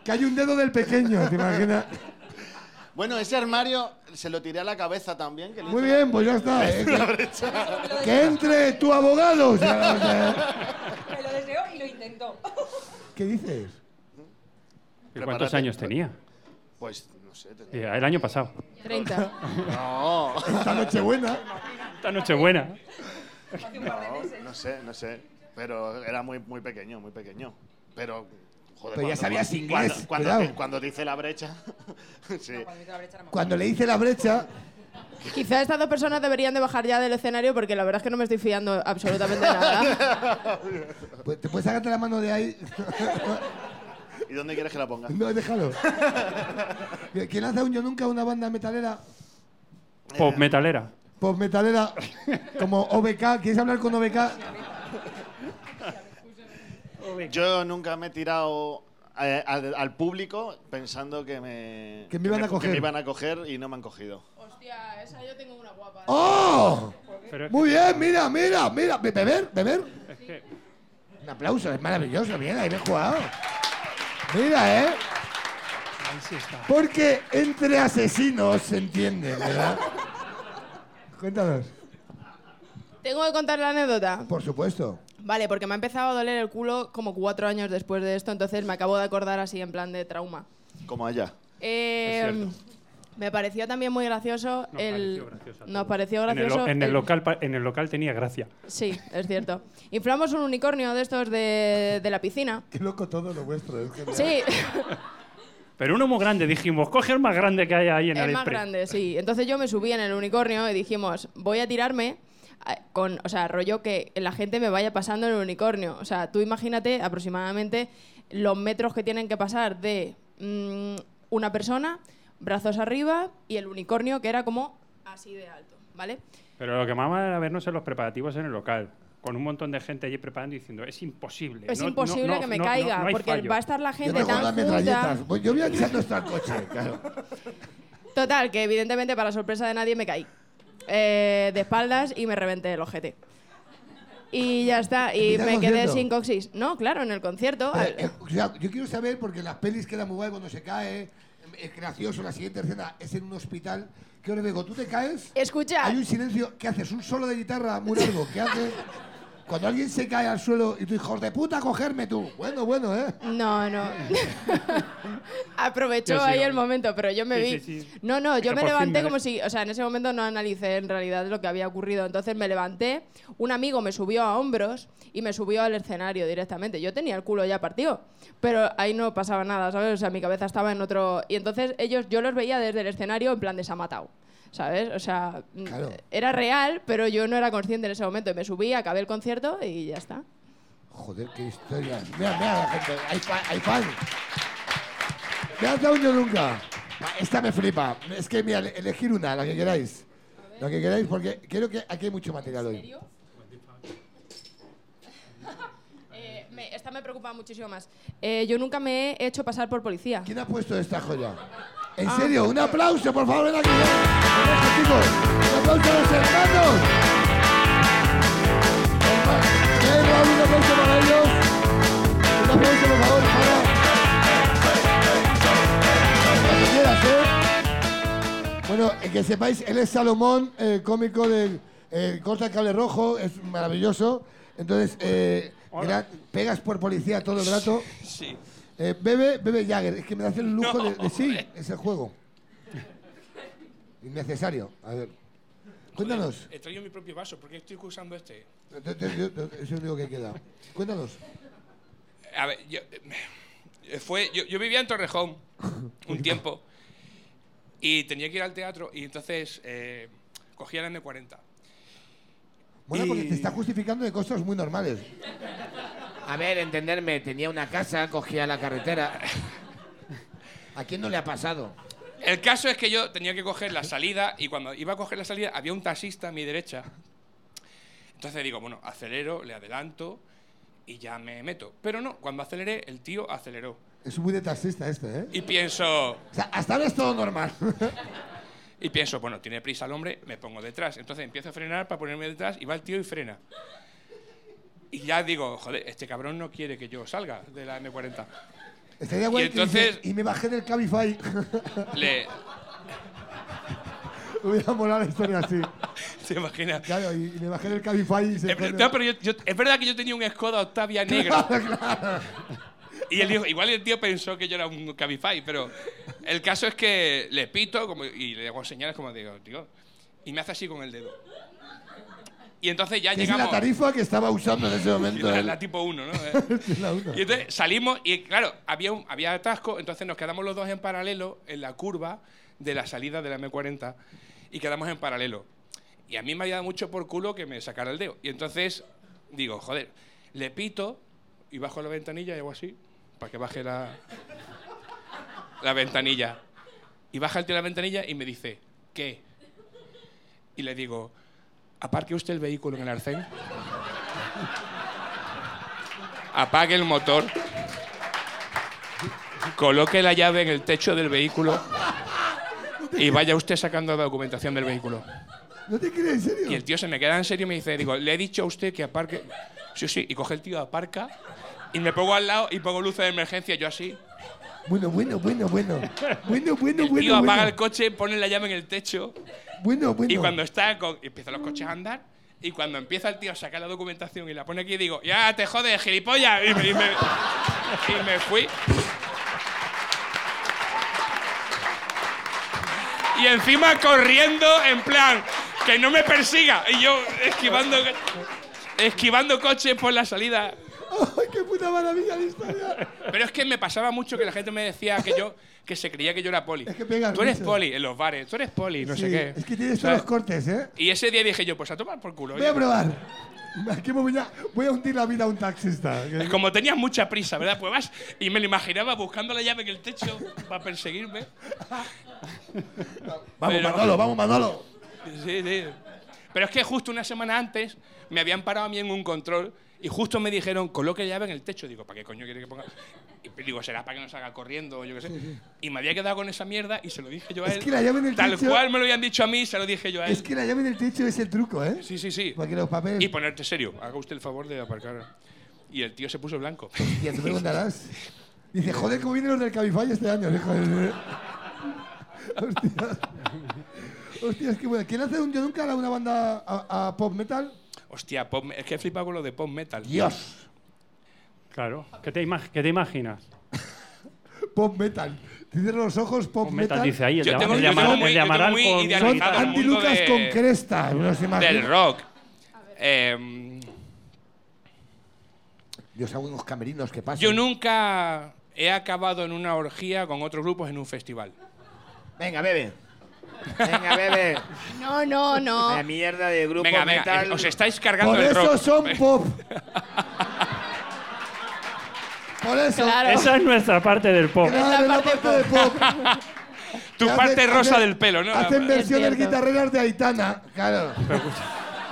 D: que hay un dedo del pequeño, ¿te imaginas?
L: Bueno, ese armario se lo tiré a la cabeza también. Que le
D: Muy
L: hice-
D: bien, pues ya está. eh, que, que entre tu abogado. o sea,
K: Me lo deseo y lo intento.
D: ¿Qué dices?
H: ¿Y ¿Cuántos
L: Prepárate.
H: años tenía?
L: Pues no sé. tendrá-
H: Eh, el año pasado.
I: 30.
L: No,
D: Esta noche buena.
H: Esta noche buena.
L: no, no sé, no sé. Pero era muy, muy pequeño, muy pequeño. Pero, joder,
D: Pero
L: cuando-
D: ya sabías inglés,
L: Cuando, cuando,
D: cuidado.
L: te- cuando te hice la brecha, sí.
D: Cuando le hice la brecha,
I: Quizá estas dos personas deberían de bajar ya del escenario porque la verdad es que no me estoy fiando absolutamente de nada.
D: pues, ¿te puedes sacarte la mano de ahí?
L: ¿Y dónde quieres que la ponga?
D: No, déjalo. ¿Quién hace un yo nunca una banda metalera?
H: Pop metalera.
D: Pues metalera, como OBK, ¿quieres hablar con OBK?
L: Yo nunca me he tirado eh, al, al público pensando que me,
D: Que me iban a coger.
L: que me iban a coger y no me han cogido.
I: Hostia, esa yo tengo una guapa.
D: ¡Oh!
H: Pero es
D: Muy bien, mira, mira, mira. Be- Beber, beber.
H: que-
D: Un aplauso, es maravilloso, bien, ahí me he jugado. Mira, ¿eh? Porque entre asesinos se entiende, ¿verdad? Cuéntanos.
I: Tengo que contar la anécdota.
D: Por supuesto.
I: Vale, porque me ha empezado a doler el culo como cuatro años después de esto, entonces me acabo de acordar así en plan de trauma.
L: Como allá.
I: Eh,
H: Es cierto.
I: me pareció también muy gracioso
H: Nos
I: el.
H: pareció gracioso a
I: nos
H: todos.
I: pareció
H: En el lo-
I: gracioso.
H: En el,
I: el-
H: local, pa- en el local tenía gracia.
I: Sí, es cierto. Inflamos un unicornio de estos de, de la piscina.
D: Qué loco todo lo vuestro. es genial.
I: Sí,
H: Pero uno muy grande, dijimos, coge el más grande que hay ahí en
I: el más
H: Aliexpress.
I: grande, sí. Entonces yo me subí en el unicornio y dijimos, voy a tirarme a- con, o sea, rollo que la gente me vaya pasando en el unicornio. O sea, tú imagínate aproximadamente los metros que tienen que pasar de mm, una persona, brazos arriba y el unicornio que era como así de alto, ¿vale?
H: Pero lo que más era vernos en los preparativos en el local. Con un montón de gente allí preparando y diciendo, es imposible.
I: Es
H: no- no-
I: imposible
H: no-
I: que me
H: no- no-
I: caiga
H: no hay
I: porque
H: fallo".
I: va a estar la
D: Yo
I: gente
D: me con las
I: tan junta.
D: metralletas. Voy- Yo voy echando esto al coche, claro.
I: Total, que evidentemente para sorpresa de nadie me caí. Eh, de espaldas y me reventé el ojete. Y ya está, y
D: ¿En el
I: me quedé
D: concierto?
I: sin coxis. No, claro, en el concierto.
D: Pero,
I: al-
D: eh, o sea, yo quiero saber, porque en las pelis queda muy guay cuando se cae, eh, es gracioso, la siguiente escena es en un hospital. ¿Qué os digo? ¿Tú te caes?
I: Escucha.
D: Hay un silencio. ¿Qué haces? ¿Un solo de guitarra muy largo? ¿Qué haces? Cuando alguien se cae al suelo y tú, hijos de puta, cogerme tú. Bueno, bueno, ¿eh?
I: No, no. Aprovechó
H: Yo sí,
I: ahí el
H: hombre.
I: momento, pero yo me
H: Sí,
I: vi.
H: sí, sí.
I: No, no, yo
H: Que
I: me
H: por fin
I: levanté
H: me
I: como
H: ves.
I: si, o sea, en ese momento no analicé en realidad lo que había ocurrido. Entonces me levanté, un amigo me subió a hombros y me subió al escenario directamente. Yo tenía el culo ya partido, pero ahí no pasaba nada, ¿sabes? O sea, mi cabeza estaba en otro... Y entonces ellos, yo los veía desde el escenario en plan de se ha matado, ¿sabes? O sea, mm,
D: Claro.
I: era real, pero yo no era consciente en ese momento. Y me subí, acabé el concierto y ya está.
D: Joder, qué historia. Mira, mira la gente. Hay, fa- hay fan. Me has dado un yo nunca. Va, Esta me flipa. Es que, mira, elegir una, la que queráis. La que queráis, porque creo que aquí hay mucho material hoy.
I: Eh, me- esta me preocupa muchísimo más. Eh, yo nunca me he hecho pasar por policía.
D: ¿Quién ha puesto esta joya? En serio, un aplauso, por favor, ven aquí. ven. Ven aquí, chicos. Un aplauso a los hermanos. Ven, Raúl, un aplauso para ellos. Un aplauso, por favor, para... Cuando quieras, ¿eh? Bueno, eh, que sepáis, él es Salomón, eh, cómico del eh, Corta el Cable Rojo, es maravilloso. Entonces, eh, gran- pegas por policía todo el rato.
M: Sí.
D: Eh, bebe, bebe Jagger, es que me hace el lujo
M: No,
D: de, de sí, es el juego. Innecesario. A ver. Cuéntanos.
M: He traído mi propio vaso, ¿por qué estoy usando este?
D: Te- te- yo- te- Eso es lo único que queda. Cuéntanos.
M: A ver, yo, eh, fue, yo, yo vivía en Torrejón un tiempo y tenía que ir al teatro y entonces eh, cogía la M40.
D: Bueno, porque te está justificando de cosas muy normales.
E: A ver, entenderme, tenía una casa, cogía la carretera. ¿A quién no le ha pasado?
M: El caso es que yo tenía que coger la salida y cuando iba a coger la salida había un taxista a mi derecha. Entonces digo, bueno, acelero, le adelanto y ya me meto. Pero no, cuando aceleré, el tío aceleró.
D: Es muy de taxista este, ¿eh?
M: Y pienso,
D: O sea, hasta ahora es todo normal.
M: y pienso, bueno, tiene prisa el hombre, me pongo detrás. Entonces empiezo a frenar para ponerme detrás y va el tío y frena. Y ya digo, joder, este cabrón no quiere que yo salga de la M40.
D: Estaría guay
M: Y
D: que dices,
M: entonces-
D: y me bajé del Cabify.
M: Le,
D: Hubiera molado la historia así.
M: ¿Te imaginas?
D: Claro, y, y me bajé del Cabify y se...
M: No, pero yo- yo- es verdad que yo tenía un Skoda Octavia negro. Y el hijo- igual el tío pensó que yo era un Cabify, pero el caso es que le pito como- y le hago señales como digo, tío, y me hace así con el dedo. Y entonces ya
D: Que es la
M: llegamos.
D: tarifa que estaba usando en ese momento.
M: La,
D: él.
M: la tipo 1, ¿no?
D: Es la una.
M: Y entonces salimos y claro, había, un, había atasco, entonces nos quedamos los dos en paralelo en la curva de la salida de la M40 y quedamos en paralelo. Y a mí me había dado mucho por culo que me sacara el dedo. Y entonces digo, joder, le pito y bajo la ventanilla y hago así, para que baje la, la ventanilla. Y baja el tío la ventanilla y me dice, ¿qué? Y le digo, aparque usted el vehículo en el arcén. Apague el motor. Coloque la llave en el techo del vehículo. Y vaya usted sacando la documentación del vehículo.
D: ¿No te crees en serio?
M: Y el tío se me queda en serio y me dice, digo, le he dicho a usted que aparque. Sí, sí, y coge el tío, aparca, y me pongo al lado y pongo luces de emergencia, yo así.
D: Bueno, bueno, bueno, bueno. Bueno, bueno,
M: El
D: bueno.
M: tío apaga
D: bueno.
M: el coche, pone la llave en el techo,
D: Bueno, bueno.
M: y cuando está, con, empiezan los coches a andar, y cuando empieza el tío a sacar la documentación y la pone aquí, digo, ya te jodes, gilipollas, y me, y me- y me fui. Y encima corriendo en plan, que no me persiga, y yo esquivando, esquivando coches por la salida.
D: ¡Ay, qué puta maravilla de historia!
M: Pero es que me pasaba mucho que la gente me decía que yo, que se creía que yo era poli.
D: pegas
M: tú eres
D: mucho.
M: poli en los bares, tú eres poli, no sé
D: Sí,
M: qué.
D: Es que tienes
M: ¿Sabes?
D: todos los cortes, ¿eh?
M: Y ese día dije yo, pues a tomar por culo.
D: Voy
M: oye.
D: a probar. Aquí me voy a, voy a hundir la vida a un taxista.
M: Es Como tenías mucha prisa, ¿verdad? Pues vas y me lo imaginaba buscando la llave en el techo para perseguirme.
D: Vamos,
M: Pero-
D: Manolo, vamos, Manolo.
M: Sí, sí. Pero es que justo una semana antes me habían parado a mí en un control y justo me dijeron, coloque la llave en el techo. Digo, ¿para qué coño quiere que ponga? Y digo, será para que no salga corriendo o yo qué sé. Y me había quedado con esa mierda y se lo dije yo a él.
D: Es que la llave en el
M: Tal
D: techo-
M: cual me lo habían dicho a mí, se lo dije yo a él.
D: Es que la llave del techo es el truco, ¿eh?
M: Sí, sí, sí.
D: Porque los papeles...
M: Y ponerte serio, haga usted el favor de aparcar. Y el tío se puso blanco.
D: Ya tú preguntarás. Dice, joder, ¿cómo vienen los del Cabify este año? hijo de- Hostia. Hostia, es que bueno. ¿Quién hace un yo nunca a una banda a, a pop metal?
M: Hostia, pop- es que he flipado con lo de pop metal.
D: Dios.
H: Claro. ¿Qué te, ima- qué te imaginas?
D: Pop metal. Cierra los ojos, pop, metal.
H: metal, dice ahí, el Yo de- tengo- el de
M: yo tengo
H: Amaral-
M: muy-
H: el de
M: yo tengo
H: Amaral
M: muy
H: con-
D: Son
M: idealizado el mundo
D: antilucas
M: de-
D: con cresta. me los imagino.
M: Del rock. Eh,
D: Dios, algunos camerinos que pasan.
M: yo nunca he acabado en una orgía con otros grupos en un festival.
E: Venga, bebe. Venga, bebe.
I: No, no,
E: La
I: no.
E: mierda de grupo
M: Venga, venga,
E: metal.
M: eh, os estáis cargando
D: Por
M: el
D: eso
M: rock.
D: son pop. Por eso. Claro.
H: Esa es nuestra parte del pop.
D: Claro, es la parte de pop.
M: Tu
D: Que
M: parte
D: hacen-
M: rosa
D: hacen-
M: del pelo, ¿no?
D: Hacen
M: Es
D: versiones
M: cierto.
D: guitarreras de Aitana. Claro.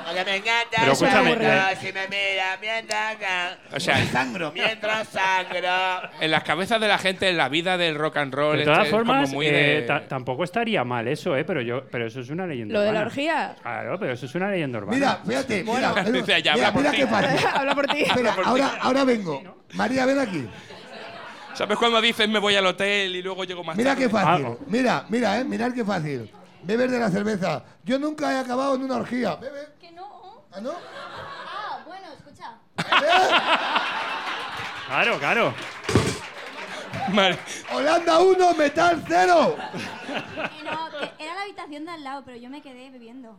E: Oye, me encanta.
M: Pero
E: eso,
M: escúchame,
E: pero
M: eh.
E: si me mira mientras sangro.
M: O sea-
E: sangro. Mientras sangro.
M: En las cabezas de la gente, en la vida del rock and roll.
H: De
M: este,
H: todas
M: es
H: formas,
M: como muy
H: eh,
M: de-
H: ta- tampoco estaría mal eso, ¿eh? Pero, yo, pero eso es una leyenda
I: ¿Lo de la
H: urbana.
I: orgía?
H: Claro, pero eso es una leyenda urbana.
D: Mira, fíjate. Mira,
M: Dice, ya,
D: mira,
M: habla por
D: mira
M: ti.
D: qué fácil.
I: Habla por ti.
D: Espera,
M: Habla por
D: ahora, ahora vengo. María, ven aquí.
M: ¿Sabes cuando dices me voy al hotel y luego llego más
D: Mira
M: tarde?
D: qué fácil.
H: Ah,
D: Mira, mira, eh. Mirad qué fácil. Beber de la cerveza. Yo nunca he acabado en una orgía. Bebe.
C: Que no.
D: ¿Ah, no?
C: Ah, bueno, escucha.
D: ¿Eh?
H: Claro, claro.
M: Vale.
D: Holanda 1, metal 0.
C: Que Eh, no, que era la habitación de al lado, pero yo me quedé bebiendo.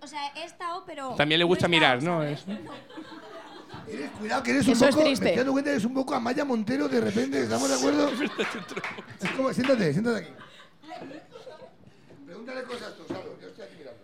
C: O sea, he estado, pero.
M: También le gusta
C: no he estado,
M: mirar, ¿no?
C: ¿sabes?
M: Es-
D: Eh, Cuidado, que eres un
I: Eso es
D: poco.
I: triste.
D: Me estoy dando cuenta que eres un poco Amaya Montero de repente. ¿Estamos de acuerdo? Es como- siéntate, siéntate aquí. Pregúntale cosas tú, Salo. Yo estoy aquí mirando.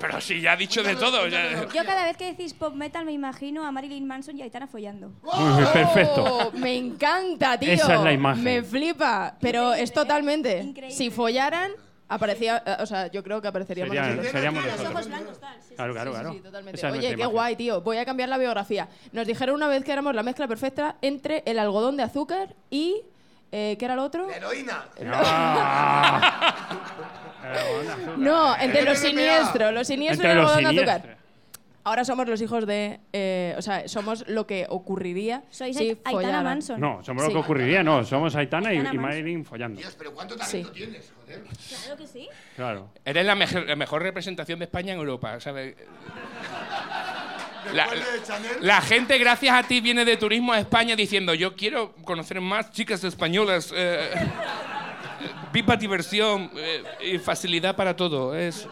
M: Pero si ya ha dicho de todo. ya-
C: Yo cada vez que decís pop metal me imagino a Marilyn Manson y a Aitana follando.
H: Muy bien, perfecto.
I: Oh, me encanta, tío.
H: Esa es la imagen.
I: Me flipa, pero es totalmente.
C: Increíble.
I: Si follaran, aparecía, eh, o sea, yo creo que apareceríamos
H: Serían-
I: nosotros.
H: seríamos
C: Los
H: nosotros.
C: ojos blancos, tal. sí, sí.
H: Claro, claro,
I: Sí, sí,
H: claro.
I: sí, totalmente.
H: Esa es
I: Oye,
H: nuestra
I: qué
H: imagen.
I: guay, tío. Voy a cambiar la biografía. Nos dijeron una vez que éramos la mezcla perfecta entre el algodón de azúcar y. eh, ¿Qué era el otro?
D: Heroína.
H: Ah. Eh, bueno, azúcar.
I: No, entre los
D: NMDA.
I: siniestros. Los siniestros y
H: eh, Entre
I: el
H: los
I: algodón de
H: siniestros.
I: azúcar. Ahora somos los hijos de. eh, o sea, somos lo que ocurriría.
C: Sois
I: si
C: Ait- Aitana
I: follaran.
C: Manson.
H: No, somos
I: Sí.
H: lo que ocurriría, no. Somos Aitana y,
C: Aitana
H: y
C: Manso.
H: Marilyn follando.
D: Dios, pero ¿cuánto
I: Sí.
D: talento tienes, joder?
C: Claro que sí.
H: Claro.
M: Eres la mejor, la mejor representación de España en Europa, ¿sabes? La,
D: de Chanel.
M: la gente, gracias a ti, viene de turismo a España diciendo yo quiero conocer más chicas españolas. eh, viva diversión eh, y facilidad para todo. Es...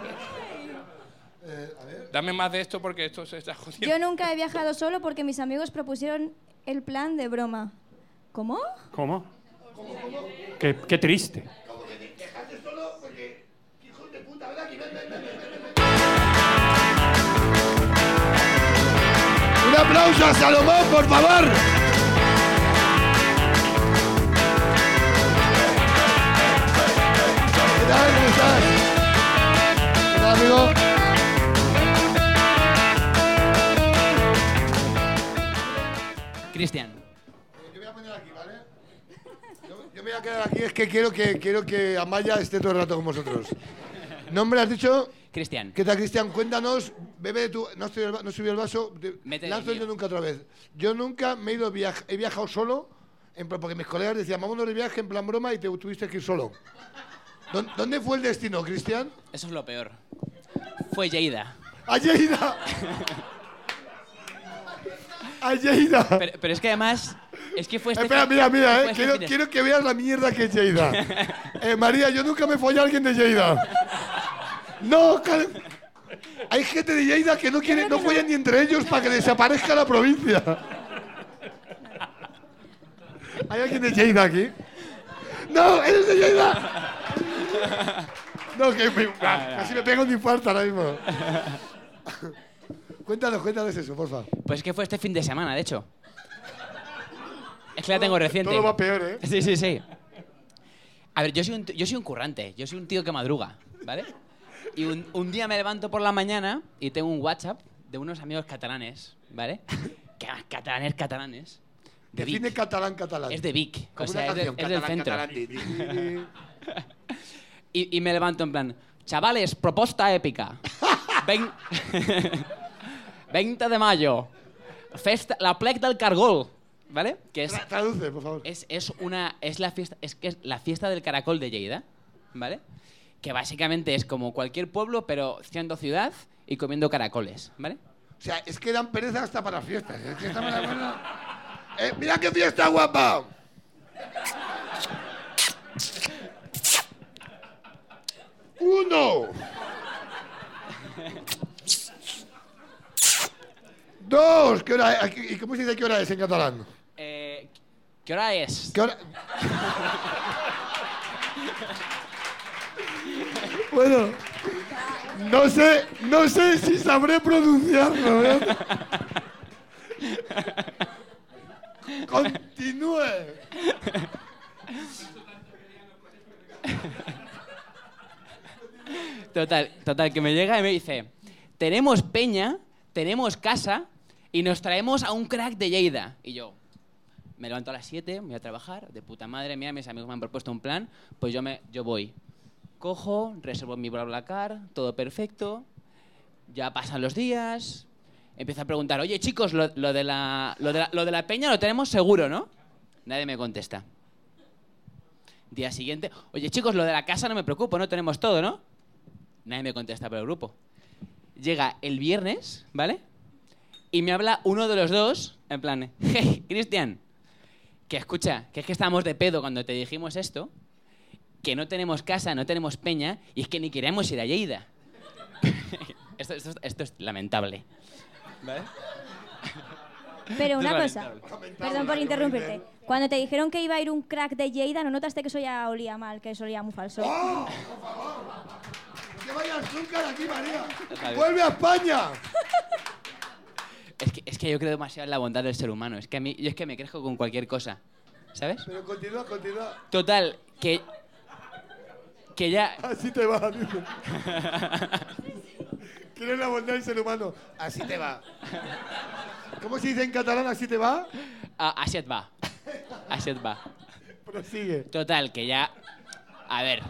D: Eh,
M: Dame más de esto porque esto se está jodiendo.
C: Yo nunca he viajado solo porque mis amigos propusieron el plan de broma. ¿Cómo?
H: ¿Cómo? Qué, qué triste.
D: Un aplauso a Salomón, por favor. ¿Qué tal? ¿Cómo estás? ¿Qué tal, amigo?
N: Cristian.
D: Eh, Yo me voy a poner aquí, ¿vale? Yo, yo me voy a quedar aquí, es que quiero que, quiero que Amaya esté todo el rato con vosotros. ¿Nombre has dicho?
N: Cristian.
D: ¿Qué tal, Cristian? Cuéntanos, bebe de tu... No, estoy el va- no subió el vaso. de-
N: Mete el
D: Lanzo
N: mío.
D: yo nunca otra vez. Yo nunca me he ido viaj- he viajado solo, en plan, porque mis colegas decían, vámonos de viaje en plan broma y te tuviste que ir solo. ¿Dó- ¿Dónde fue el destino, Cristian?
N: Eso es lo peor. Fue Lleida.
D: ¡A Lleida! ¡A Lleida!
N: Pero, pero es que además. Es que fue este.
D: Espera,
N: fin-
D: mira,
N: fue
D: mira, eh.
N: este
D: Quiero,
N: fin de-
D: quiero que veas la mierda que es Lleida. Eh, María, yo nunca me follé a alguien de Lleida. No, cal- hay gente de Lleida que no quiere, no follan ni entre ellos para que desaparezca la provincia. ¿Hay alguien de Lleida aquí? ¡No! ¡Eres de Lleida! No, que me- casi me pego un infarto ahora mismo. cuéntanos, cuéntanos eso, por favor.
N: Pues es que fue este fin de semana, de hecho. Es que la tengo reciente.
D: Todo va peor, ¿eh?
N: Sí, sí, sí. A ver, yo soy un, t- yo soy un currante, yo soy un tío que madruga, ¿vale? Y un, un día me levanto por la mañana y tengo un WhatsApp de unos amigos catalanes, ¿vale? Que más catalanes, catalanes. De
D: Define
N: Vic.
D: catalán, catalán.
N: Es de Vic, o
D: Como
N: sea,
D: una
N: es, de-
D: canción,
N: es del centro. Y, y me levanto en plan, chavales, propuesta épica. Ven- 20 de mayo, festa, la plec del cargol, ¿vale? Que es,
D: Tra- Traduce, por favor.
N: es, es una, es la fiesta, es que es la fiesta del caracol de Lleida, ¿vale? Que básicamente es como cualquier pueblo, pero siendo ciudad y comiendo caracoles, ¿vale?
D: O sea, es que dan pereza hasta para fiestas. Es que estamos de acuerdo. Eh, ¡Mira qué fiesta guapa! ¡Uno! ¡Dos! ¿Qué hora es? ¿Y cómo se dice qué hora es en catalán?
N: Eh, ¿Qué hora es?
D: ¿Qué hora? bueno, no sé, no sé si sabré pronunciarlo. ¿eh? Continúe.
N: Total, total, que me llega y me dice, tenemos peña, tenemos casa y nos traemos a un crack de Lleida. Y yo, me levanto a las 7, voy a trabajar, de puta madre mía, mis amigos me han propuesto un plan, pues yo, me, yo voy. Cojo, reservo mi BlaBlaCar, todo perfecto, ya pasan los días, empiezo a preguntar, oye chicos, lo, lo de la, lo, de la, lo de la peña lo tenemos seguro, ¿no? Nadie me contesta. Día siguiente, oye chicos, lo de la casa no me preocupo, no tenemos todo, ¿no? Nadie me contesta por el grupo. Llega el viernes, ¿vale? Y me habla uno de los dos, en plan, hey, Cristian, que escucha, que es que estábamos de pedo cuando te dijimos esto, que no tenemos casa, no tenemos peña, y es que ni queremos ir a Lleida. esto, esto- esto es lamentable. ¿Vale?
F: Pero una
N: Esto es
F: cosa,
N: lamentable.
F: perdón por interrumpirte. Cuando te dijeron que iba a ir un crack de Lleida, ¿no notaste que eso ya olía mal, que eso olía muy falso?
I: ¡Ah!
D: ¡Que vaya azúcar aquí, María!
N: Total.
D: ¡Vuelve a España!
N: Es que, es que yo creo demasiado en la bondad del ser humano. Es que a mí, yo es que me crezco con cualquier cosa. ¿Sabes?
D: Pero continúa, continúa.
N: Total, que. Que ya.
D: Así te va, dice. ¿Quieres la bondad del ser humano? Así te va. ¿Cómo se dice en catalán? ¿Así te va?
N: a- así et va. Así et va. Total, que ya. A ver.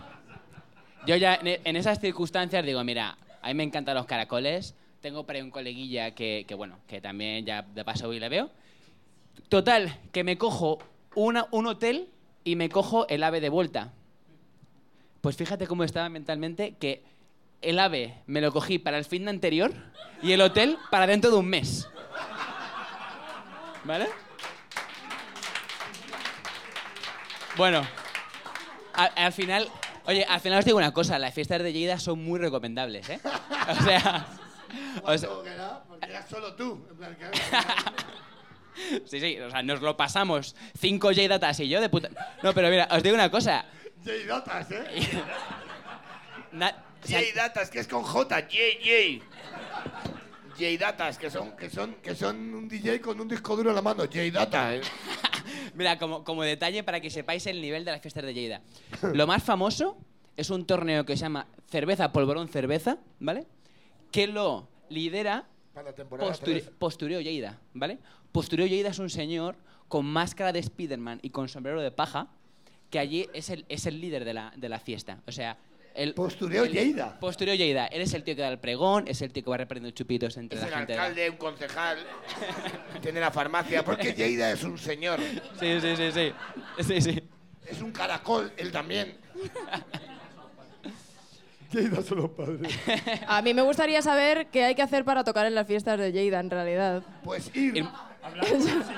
N: Yo ya en, en esas circunstancias digo, mira, a mí me encantan los caracoles. Tengo por ahí un coleguilla que, que, bueno, que también ya de paso hoy le veo. Total, que me cojo una, un hotel y me cojo el ave de vuelta. Pues fíjate cómo estaba mentalmente que el ave me lo cogí para el fin de anterior y el hotel para dentro de un mes. ¿Vale? Bueno, a- al final, oye, al final os digo una cosa, las fiestas de Lleida son muy recomendables, ¿eh? O sea, o sea,
D: ¿Cuánto queda? Porque ya solo tú. En plan, que-
N: sí, sí, o sea, nos lo pasamos cinco Lleidatas y yo de puta. No, pero mira, os digo una cosa,
D: J-Datas, ¿eh?
N: na-
D: J-Datas, que es con J, J, J. J-Datas, que son, que, son, que son un DJ con un disco duro en la mano. J-Data, ¿eh?
N: Mira, como, como detalle para que sepáis el nivel de las fiestas de Lleida. Lo más famoso es un torneo que se llama Cerveza Polvorón Cerveza, ¿vale? Que lo lidera
D: Para la temporada.
N: Posture-
D: tres.
N: Postureo Lleida, ¿vale? Postureo Lleida es un señor con máscara de Spiderman y con sombrero de paja, que allí es el, es el líder de la, de la fiesta. O sea, el...
D: Postureo
N: el-
D: Lleida.
N: Postureo Lleida. Él es el tío que da el pregón, es el tío que va repartiendo chupitos entre
E: Es
N: la
E: el
N: gente. de la-
E: alcalde, un concejal, tiene la farmacia, porque Lleida es un señor.
N: Sí, sí, sí, sí. Sí, sí.
E: Es un caracol, él también.
D: Lleida son los padres.
I: A mí me gustaría saber qué hay que hacer para tocar en las fiestas de Lleida, en realidad.
D: Pues ir.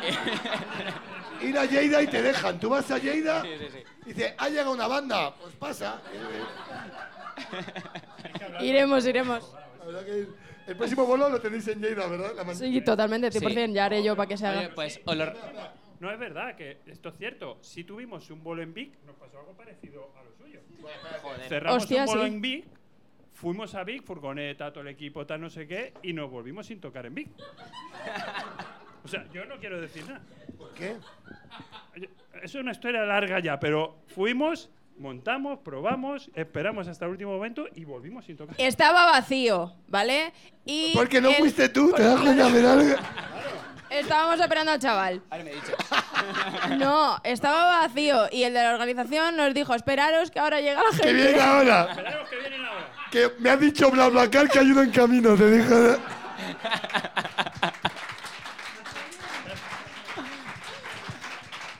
D: ir a Lleida y te dejan. Tú vas a Lleida y dices, ha llegado una banda. Pues pasa.
I: Iremos, iremos.
D: Habrá que ir. El próximo bolo lo tenéis en Lleida, ¿verdad? La man-
I: Sí, totalmente, 100%, ya haré yo para que se haga.
N: Oye, pues, o lo-
H: No es verdad que esto es cierto. Si tuvimos un bolo en Vic, nos pasó algo parecido a lo suyo. Cerramos
I: Hostia,
H: un bolo
I: sí.
H: en Vic, fuimos a Vic, furgoneta, todo el equipo, tal, no sé qué, y nos volvimos sin tocar en Vic. O sea, yo no quiero decir nada.
D: ¿Por qué?
H: Es una historia larga ya, pero fuimos, montamos, probamos, esperamos hasta el último momento y volvimos sin tocar.
I: Estaba vacío, ¿vale? Y
D: Porque no
I: el-
D: fuiste tú, te das cuenta, mirad.
I: Estábamos esperando al chaval.
N: Ahora me he dicho.
I: No, estaba vacío y el de la organización nos dijo, esperaros que ahora llega la gente.
D: Que viene ahora. Que me ha dicho BlaBlaCar que hay uno en camino, te dijo.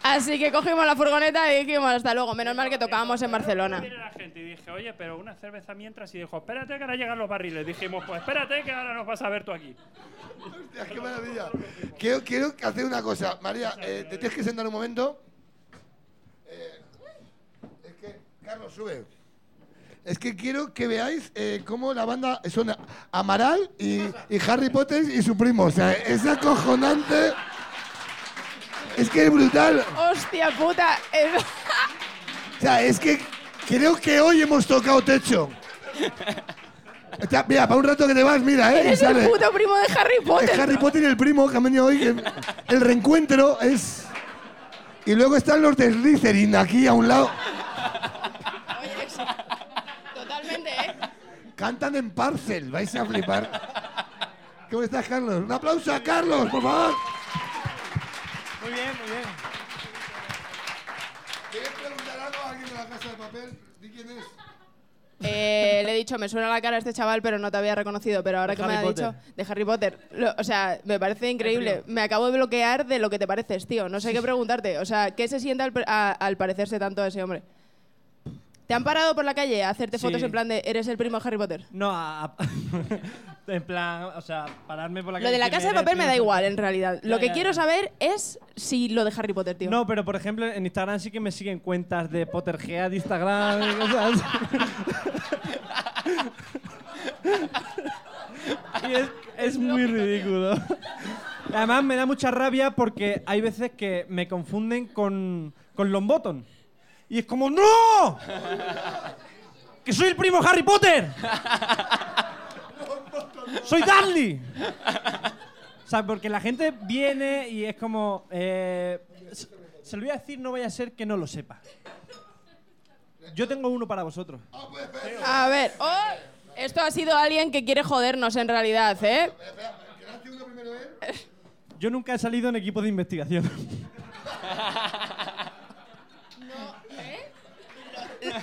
I: Así que cogimos la furgoneta y dijimos, hasta luego, menos mal que tocábamos en Barcelona.
H: Viene la gente y dije, oye, pero una cerveza mientras, y dijo, espérate que ahora llegan los barriles. Dijimos, pues espérate que ahora nos vas a ver tú aquí.
D: qué maravilla. Quiero, quiero hacer una cosa. María, eh, te tienes que sentar un momento. Eh, es que, Carlos, sube. Es que quiero que veáis eh, cómo la banda son Amaral y, y Harry Potter y su primo. O sea, es acojonante. Es que es brutal.
I: Hostia puta. es-
D: O sea, es que creo que hoy hemos tocado techo. O sea, mira, para un rato que te vas, mira, ¿eh? Y
I: Eres
D: sale.
I: el puto primo de Harry Potter.
D: Es Harry Potter y el primo que han venido hoy. que el reencuentro es. Y luego están los de Slytherin aquí a un lado.
I: Oye, eso. Totalmente, ¿eh?
D: Cantan en parcel, vais a flipar. ¿Cómo estás, Carlos? Un aplauso a Carlos, por favor.
B: Muy bien, muy bien.
D: ¿Quieres preguntar algo a alguien de la casa de papel? ¿Di quién es?
I: Eh, le he dicho, me suena la cara a este chaval, pero no te había reconocido. Pero ahora
B: De
I: que me
B: Harry
I: ha dicho de Harry Potter, lo- o sea, me parece increíble. Me acabo de bloquear de lo que te pareces, tío. No sé qué preguntarte. O sea, ¿qué se siente al, pre- a- al parecerse tanto a ese hombre? ¿Te han parado por la calle a hacerte
O: Sí.
I: fotos en plan de eres el primo de Harry Potter?
O: No, a- a- en plan, o sea, pararme por la
I: Lo de la
O: decirme,
I: casa de
O: "Eres
I: papel me da
O: príncipe".
I: igual, en realidad. Lo
O: Ya,
I: que
O: ya,
I: quiero
O: ya.
I: saber es si lo de Harry Potter, tío.
O: No, pero por ejemplo, en Instagram sí que me siguen cuentas de Pottergea, de Instagram y cosas. y es, es muy ridículo. Además, me da mucha rabia porque hay veces que me confunden con, con Longbottom. Y es como, ¡No! ¡Que soy el primo Harry Potter! ¡Soy Darly! O sea, porque la gente viene y es como. eh, se, se lo voy a decir, no vaya a ser que no lo sepa. Yo tengo uno para vosotros.
I: A ver, oh, esto ha sido alguien que quiere jodernos en realidad, ¿eh?
O: Yo nunca he salido en equipo de investigación.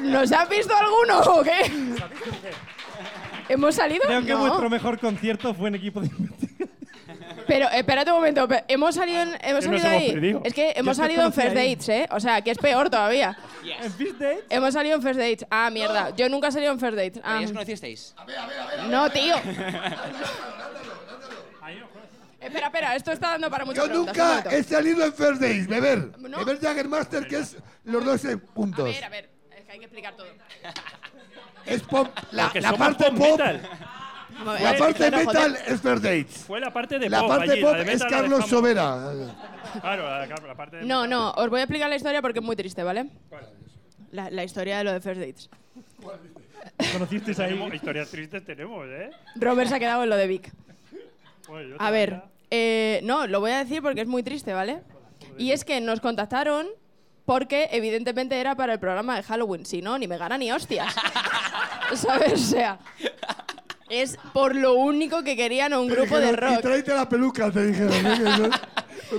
I: ¿Nos ¿Eh? has visto alguno o qué? ¿Hemos salido?
O: Creo que
I: No.
O: vuestro mejor concierto fue en equipo de investigación.
I: Pero espérate un momento, pe- hemos salido, en- hemos
O: Que nos
I: salido
O: hemos
I: ahí.
O: perdido.
I: Es que
O: Yo
I: hemos
O: te
I: salido en
O: conocí
I: First
O: ahí.
I: Dates, ¿eh? O sea, que es peor todavía.
O: ¿En First Dates?
I: Hemos salido en First Dates. Ah, mierda. Yo nunca he salido en First Dates. Ah.
N: ¿Ya os conocisteis?
I: No, tío.
D: Ah,
I: Espera, espera, esto está dando para muchas
D: Yo
I: preguntas, un
D: nunca
I: momento.
D: he salido este en First Days, beber.
I: No.
D: Beber Jaggermaster, que es los 12
I: A
D: puntos.
I: ver, a ver, es que hay que explicar todo.
D: Es pop, la,
H: Porque
D: la
H: somos
D: parte
H: pop
D: pop.
H: metal.
D: La
H: Joder,
D: parte
H: claro,
D: metal
H: joder.
D: es First Dates.
H: Fue la parte de
D: La
H: pop.
D: parte
H: allí,
D: pop
H: de metal
D: es
H: la
D: Carlos
H: dejamos.
D: Sobera.
H: Claro, la, la parte de
I: No, no, os voy a explicar la historia porque es muy triste, ¿vale? La, la historia de lo de First Dates.
H: ¿Conocisteis ahí? Historias tristes tenemos, ¿eh?
I: Robert se ha quedado en lo de Vic.
H: Bueno, yo
I: A
H: todavía-
I: ver, eh, no, lo voy a decir porque es muy triste, ¿vale? Y es que nos contactaron porque evidentemente era para el programa de Halloween, si no, ni me gana ni hostias. ¿Sabes? O sea, es por lo único que querían a un grupo de
D: Dijeron, Y
I: rock.
D: tráete la peluca, te dijeron. ¿eh? Que yo-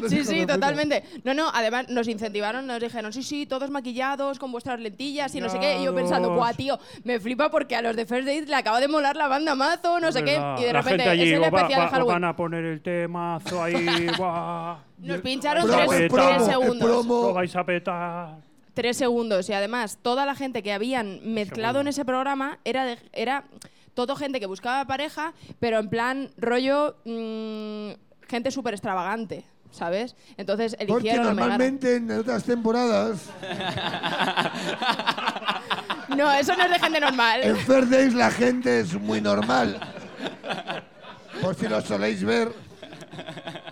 I: Sí, sí, totalmente. No, no, además nos incentivaron, nos dijeron, sí, sí, todos maquillados, con vuestras lentillas y no sé qué. Y yo pensando, guau, tío, me flipa porque a los de First Date le acaba de molar la banda mazo, no sé qué.
H: Verdad,
I: Y de
H: la gente
I: repente
H: allí,
I: es el
H: "Va- va-
I: especial de
H: va- van
I: Halloween.
H: a poner el temazo ahí, va.
I: Nos pincharon
H: Vais a
I: tres, tres
H: petar,
I: segundos.
H: Lo vais a petar.
I: Tres segundos. Y además, toda la gente que habían mezclado en ese programa era, de- era todo gente que buscaba pareja, pero en plan rollo mm, gente súper extravagante, ¿sabes? Entonces
D: Porque
I: eligieron a Megara.
D: normalmente en otras temporadas,
I: No, eso no es de gente
D: en
I: normal.
D: First Days la gente es muy normal. Por si lo soléis ver.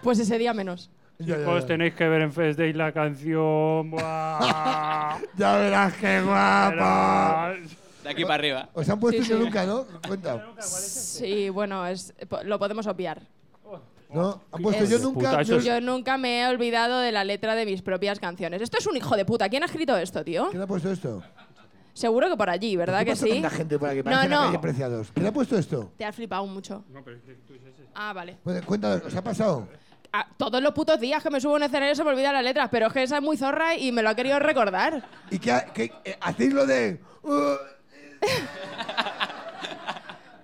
I: Pues ese día menos.
H: Chicos, tenéis que ver en Fest Day la canción. Buah.
D: Ya verás qué guapa.
N: De aquí para arriba.
D: Os Pues han puesto
I: Sí,
D: un
I: sí.
D: peluca, ¿no? Cuenta.
I: Sí, bueno, es, po- lo podemos obviar.
D: ¿No? Han puesto Pues yo
I: Es-
D: nunca.
I: yo, nunca me he olvidado de la letra de mis propias canciones. Esto es un hijo de puta. ¿Quién ha escrito esto, tío?
D: ¿Quién ha puesto esto?
I: Seguro que por allí, ¿verdad
D: ¿Qué
I: que
D: pasa
I: sí?
D: con la gente para que
I: No,
D: parezcan
I: no.
D: apreciados? ¿Quién ha puesto esto?
I: Te has flipado mucho. Ah, vale.
D: Bueno, cuéntanos, ¿os ha pasado?
I: Ah, todos los putos días que me subo a un escenario se me olvidan las letras, pero es que esa es muy zorra y me lo ha querido recordar.
D: ¿Y qué, ha- qué- eh, hacéis lo de.? uh, eh,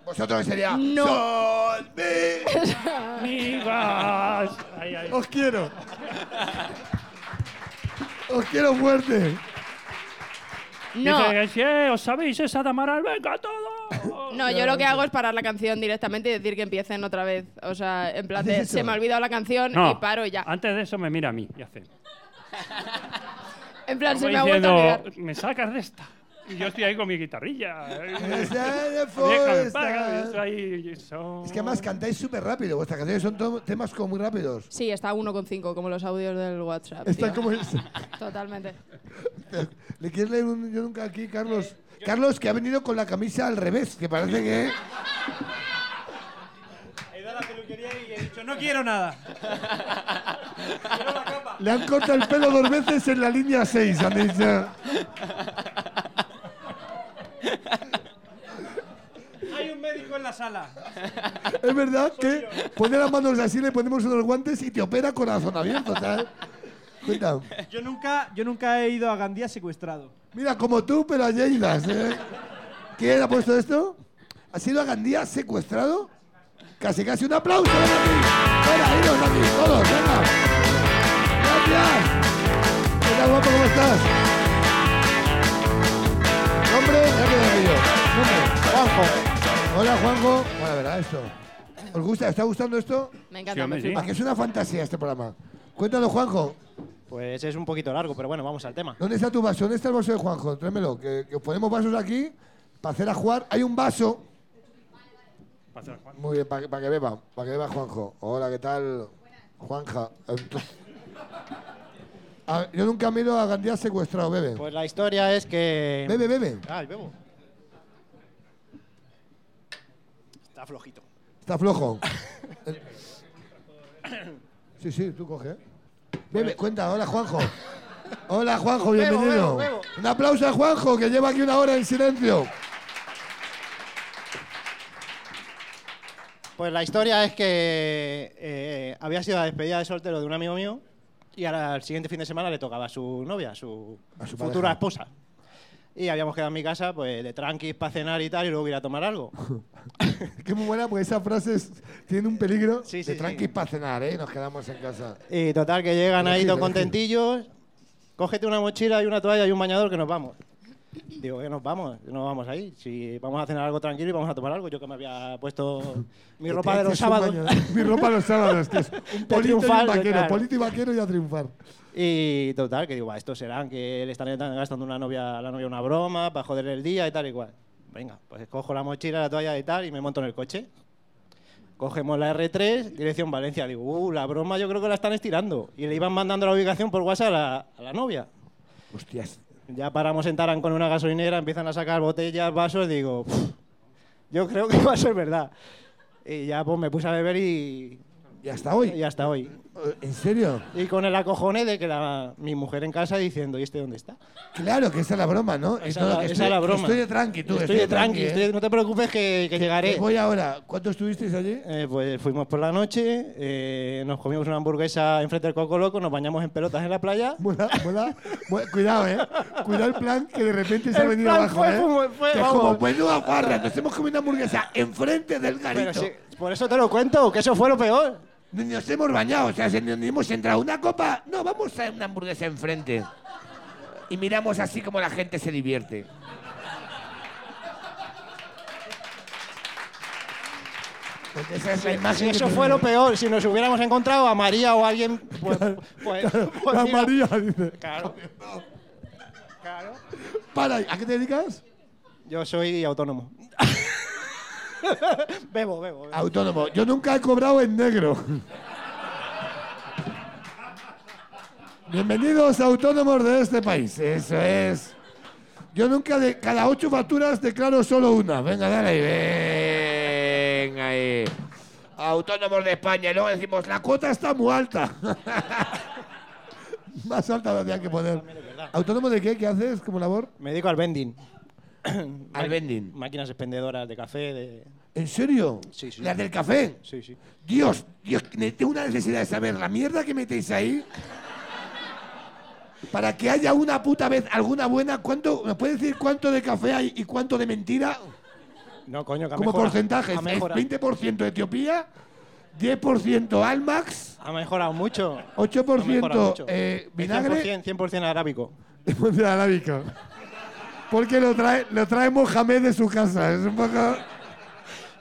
D: vosotros sería.
I: No.
D: "Sol de-
H: Amigas. Ahí, ahí.
D: Os quiero. Os quiero fuerte.
H: Dice, "Sí, ¿os sabéis esa de Amaral? ¡Venga, todo!
I: No, yo lo que hago es parar la canción directamente y decir que empiecen otra vez. O sea, en plan de,
H: ¿Haces eso?
I: se me ha olvidado la canción
H: No.
I: y paro y ya.
H: Antes de eso me mira a mí y hace.
I: En plan, se
H: como
I: me ha vuelto a
H: diciendo,
I: olvidar.
H: me sacas de esta. Y yo estoy ahí con mi guitarrilla.
D: Déjame,
H: Déjame,
D: forestar.
H: paga, yo estoy ahí, son-
D: pues. Es que además cantáis súper rápido. Vuestras canciones son to- temas como muy rápidos.
I: Sí, está 1,5, como los audios del WhatsApp.
D: Está
I: tío.
D: como es-
I: Totalmente.
D: ¿Le quieres leer un yo nunca aquí, Carlos? Carlos, que ha venido con la camisa al revés, que parece que.
O: He ido a la peluquería y he dicho, no quiero nada. Quiero la capa.
D: Le han cortado el pelo dos veces en la línea 6. Han dicho.
O: Hay un médico en la sala.
D: Es verdad que pone las manos así, le ponemos unos guantes y te opera corazón abierto, ¿sabes? Cuéntame.
O: Yo nunca, yo nunca he ido a Gandía secuestrado.
D: Mira, como tú, pero a Lleidas, ¿eh? ¿Quién ha puesto esto? ¿Ha sido a Gandía secuestrado? Casi, casi un aplauso. ven aquí. Venga, iros aquí, todos, venga. Gracias. ¿Qué tal, guapo? ¿Cómo estás? Nombre, ya que lo digo. Nombre, Juanjo. Hola, Juanjo. Bueno, verá esto. ¿Os gusta? ¿Está gustando esto?
P: Me encanta, Sí, hombre, me sí. flipa.
D: Ah, que es una fantasía este programa. Cuéntanos, Juanjo.
P: Pues es un poquito largo, pero bueno, vamos al tema.
D: ¿Dónde está tu vaso? ¿Dónde está el vaso de Juanjo? Tráemelo, que, que ponemos vasos aquí para hacer a jugar. Hay un vaso. Muy bien, para que beba, para que beba Juanjo. Hola, ¿qué tal? Juanja. Ah, Yo nunca miro a Gandía secuestrado, bebe.
P: Pues la historia es que...
D: Bebe, bebe.
P: Em, Ay, bebo. Está flojito.
D: Está flojo. Sí, sí, tú coge. ¿eh? Bebe, cuenta. Hola, Juanjo. Hola, Juanjo,
P: Pues- Bebo,
D: bienvenido.
P: bebo, bebo.
D: Un aplauso a Juanjo, que lleva aquí una hora en silencio.
P: Pues la historia es que eh, había sido la despedida de soltero de un amigo mío y ahora al siguiente fin de semana le tocaba a su novia, a su,
D: su
P: futura
D: pareja.
P: esposa. Y habíamos quedado en mi casa pues de tranquis para cenar y tal y luego ir a tomar algo.
D: Qué muy buena, pues, porque esas frases tienen un peligro
P: Sí,
D: de
P: sí,
D: tranquis para cenar, ¿eh? Nos quedamos en casa.
P: Y total, que llegan ahí
D: Elegir,
P: todos
D: elegir.
P: contentillos. Eh, Cógete una mochila y una toalla y un bañador que nos vamos. Digo, que nos vamos, no vamos ahí. Si vamos a cenar algo tranquilo y vamos a tomar algo. Yo que me había puesto mi
D: Que
P: ropa
D: te
P: de los
D: eches un
P: sábados.
D: baño- Mi ropa de los sábados, que es un
P: De
D: polito y un
P: triunfar,
D: vaquero.
P: claro.
D: Polito y vaquero y a triunfar.
P: Y total, que digo, "Buah, estos serán que le están gastando una novia, a la novia una broma para joderle el día y tal y cual. Venga, pues cojo la mochila, la toalla y tal y me monto en el coche. Cogemos la R3, dirección Valencia. Digo, uh, la broma yo creo que la están estirando. Y le iban mandando la ubicación por WhatsApp a la, a la novia.
D: Hostias.
P: Ya paramos en Tarán con una gasolinera, empiezan a sacar botellas, vasos, digo, "Pff, yo creo que va a ser verdad. Y ya pues me puse a beber y...
D: ¿Y hasta hoy? Eh,
P: Y hasta hoy.
D: ¿En serio?
P: Y con el acojone de que la- mi mujer en casa diciendo, ¿y este dónde está?
D: Claro que esa es la broma, ¿no?
P: Esa,
D: No,
P: es la-
D: que
P: esa
D: estoy-
P: es la
D: que
P: broma.
D: Estoy de tranqui, tú.
P: Estoy, de eh. tranqui,
D: ¿eh?
P: estoy- no te preocupes que, que llegaré.
D: que voy ahora. ¿Cuánto estuvisteis allí?
P: pues fuimos por la noche, eh, nos comimos una hamburguesa enfrente del Coco Loco, nos bañamos en pelotas en la playa.
D: Mola, mola. Mola- Cuidado, ¿eh? Cuidado el plan que de repente se ha
P: El
D: venido
P: plan
D: abajo,
P: fue
D: ¿eh?
P: como- fue,
D: que es como,
P: vamos.
D: menuda farra, nos hemos comido una hamburguesa enfrente del garito.
P: Pero sí, por eso te lo cuento, que eso fue lo peor.
D: Ni Nos hemos bañado, o sea, si ni- ni hemos entrado una copa. No, vamos a una hamburguesa enfrente. Y miramos así como la gente se divierte. Pues esa es la imagen
P: Si
D: que
P: eso
D: tenemos.
P: fue lo peor, si nos hubiéramos encontrado a María o a alguien, pues, pues- pues
D: La
P: mira,
D: María dice.
P: Claro.
D: Para, ¿a qué te dedicas?
P: Yo soy autónomo. bebo, bebo. bebo.
D: Autónomo. Yo nunca he cobrado en negro. Bienvenidos autónomos de este país. Eso es. Yo nunca de cada ocho facturas declaro solo una. Venga, dale ahí. Venga ahí. Autónomos de España. Y luego decimos, la cuota está muy alta. Más alta la tenía que poner. ¿Autónomo de qué? ¿Qué haces como labor?
P: Me dedico al vending.
D: Al vending.
P: Máquinas expendedoras de café, de...
D: ¿En serio? ¿Las del café?
P: Sí, sí.
D: Dios, Dios, ne- tengo una necesidad de saber la mierda que metéis ahí. Para que haya una puta vez alguna buena, ¿cuánto, ¿me puedes decir cuánto de café hay y cuánto de mentira?
P: No, coño, que ha
D: Como
P: mejorado,
D: porcentaje,
P: Ha mejorado,
D: 20% Etiopía, 10% Almax,
P: ha mejorado mucho. Ha
D: 8%
P: mejorado mucho.
D: eh,
P: Es
D: vinagre
P: 100%, 100% arábico.
D: y fuente arábica. Porque lo trae, lo trae Mohamed de su casa. Es un poco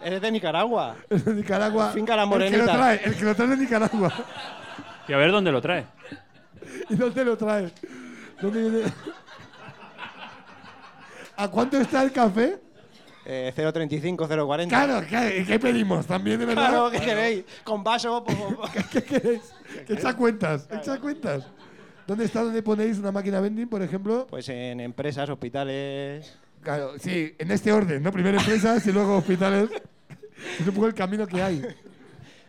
P: Eres de Nicaragua.
D: de Nicaragua.
P: Finca La
D: El que
P: Morenita.
D: lo trae, el que lo trae de Nicaragua.
H: Y a ver dónde lo trae.
D: ¿Y dónde lo trae? ¿Dónde viene? ¿A cuánto está el café?
P: Eh, 0.35, 0.40.
D: Claro, claro, ¿y qué pedimos? ¿También de verdad?
P: Claro, ¿qué queréis? Con vaso, po- po- po-
D: ¿Qué queréis? ¿Qué echa cuentas? ¿Echa cuentas? ¿Dónde está donde ponéis una máquina vending, por ejemplo?
P: pues en empresas, hospitales.
D: Claro, sí, en este orden, ¿no? Primero empresas y luego hospitales. Es un poco el camino que hay.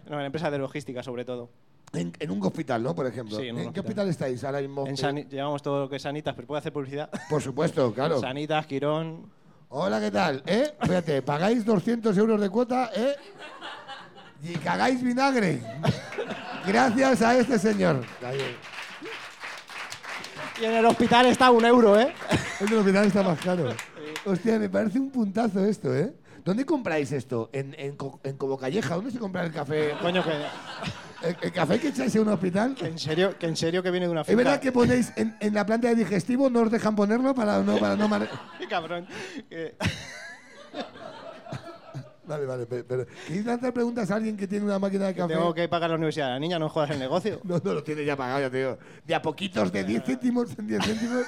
P: No, en empresas de logística, sobre todo.
D: En, en un hospital, ¿no? Por ejemplo.
P: Sí, en
D: en,
P: un
D: qué hospital
P: hospital.
D: estáis ahora mismo?
P: En Sani- llevamos todo lo que es Sanitas, pero puedo hacer publicidad.
D: Por supuesto, claro.
P: Sanitas, Quirón.
D: Hola, ¿qué tal? ¿Eh? Fíjate, pagáis 200 euros de cuota, ¿eh? Y cagáis vinagre. Gracias a este señor.
P: Y en el hospital está un euro, ¿eh?
D: En el hospital está más caro. Hostia, me parece un puntazo esto, ¿eh? ¿Dónde compráis esto? ¿En, en, Co- en Cobocalleja? ¿Dónde se compra el café?
P: Coño, que...
D: ¿El, el café que echáis en un hospital?
P: Que en serio que, en serio que viene de una
D: ¿Es
P: finca.
D: verdad que ponéis en, en la planta de digestivo? ¿No os dejan ponerlo para no... Para no mare-
P: Qué cabrón. Que-
D: Vale, vale, pero... pero ¿Queréis lanzar preguntas a alguien que tiene una máquina de café?
P: Tengo que pagar la universidad de la niña, no jodas el negocio.
D: No, no lo tiene ya pagado, ya te digo. De a poquitos, de 10 céntimos en 10 céntimos.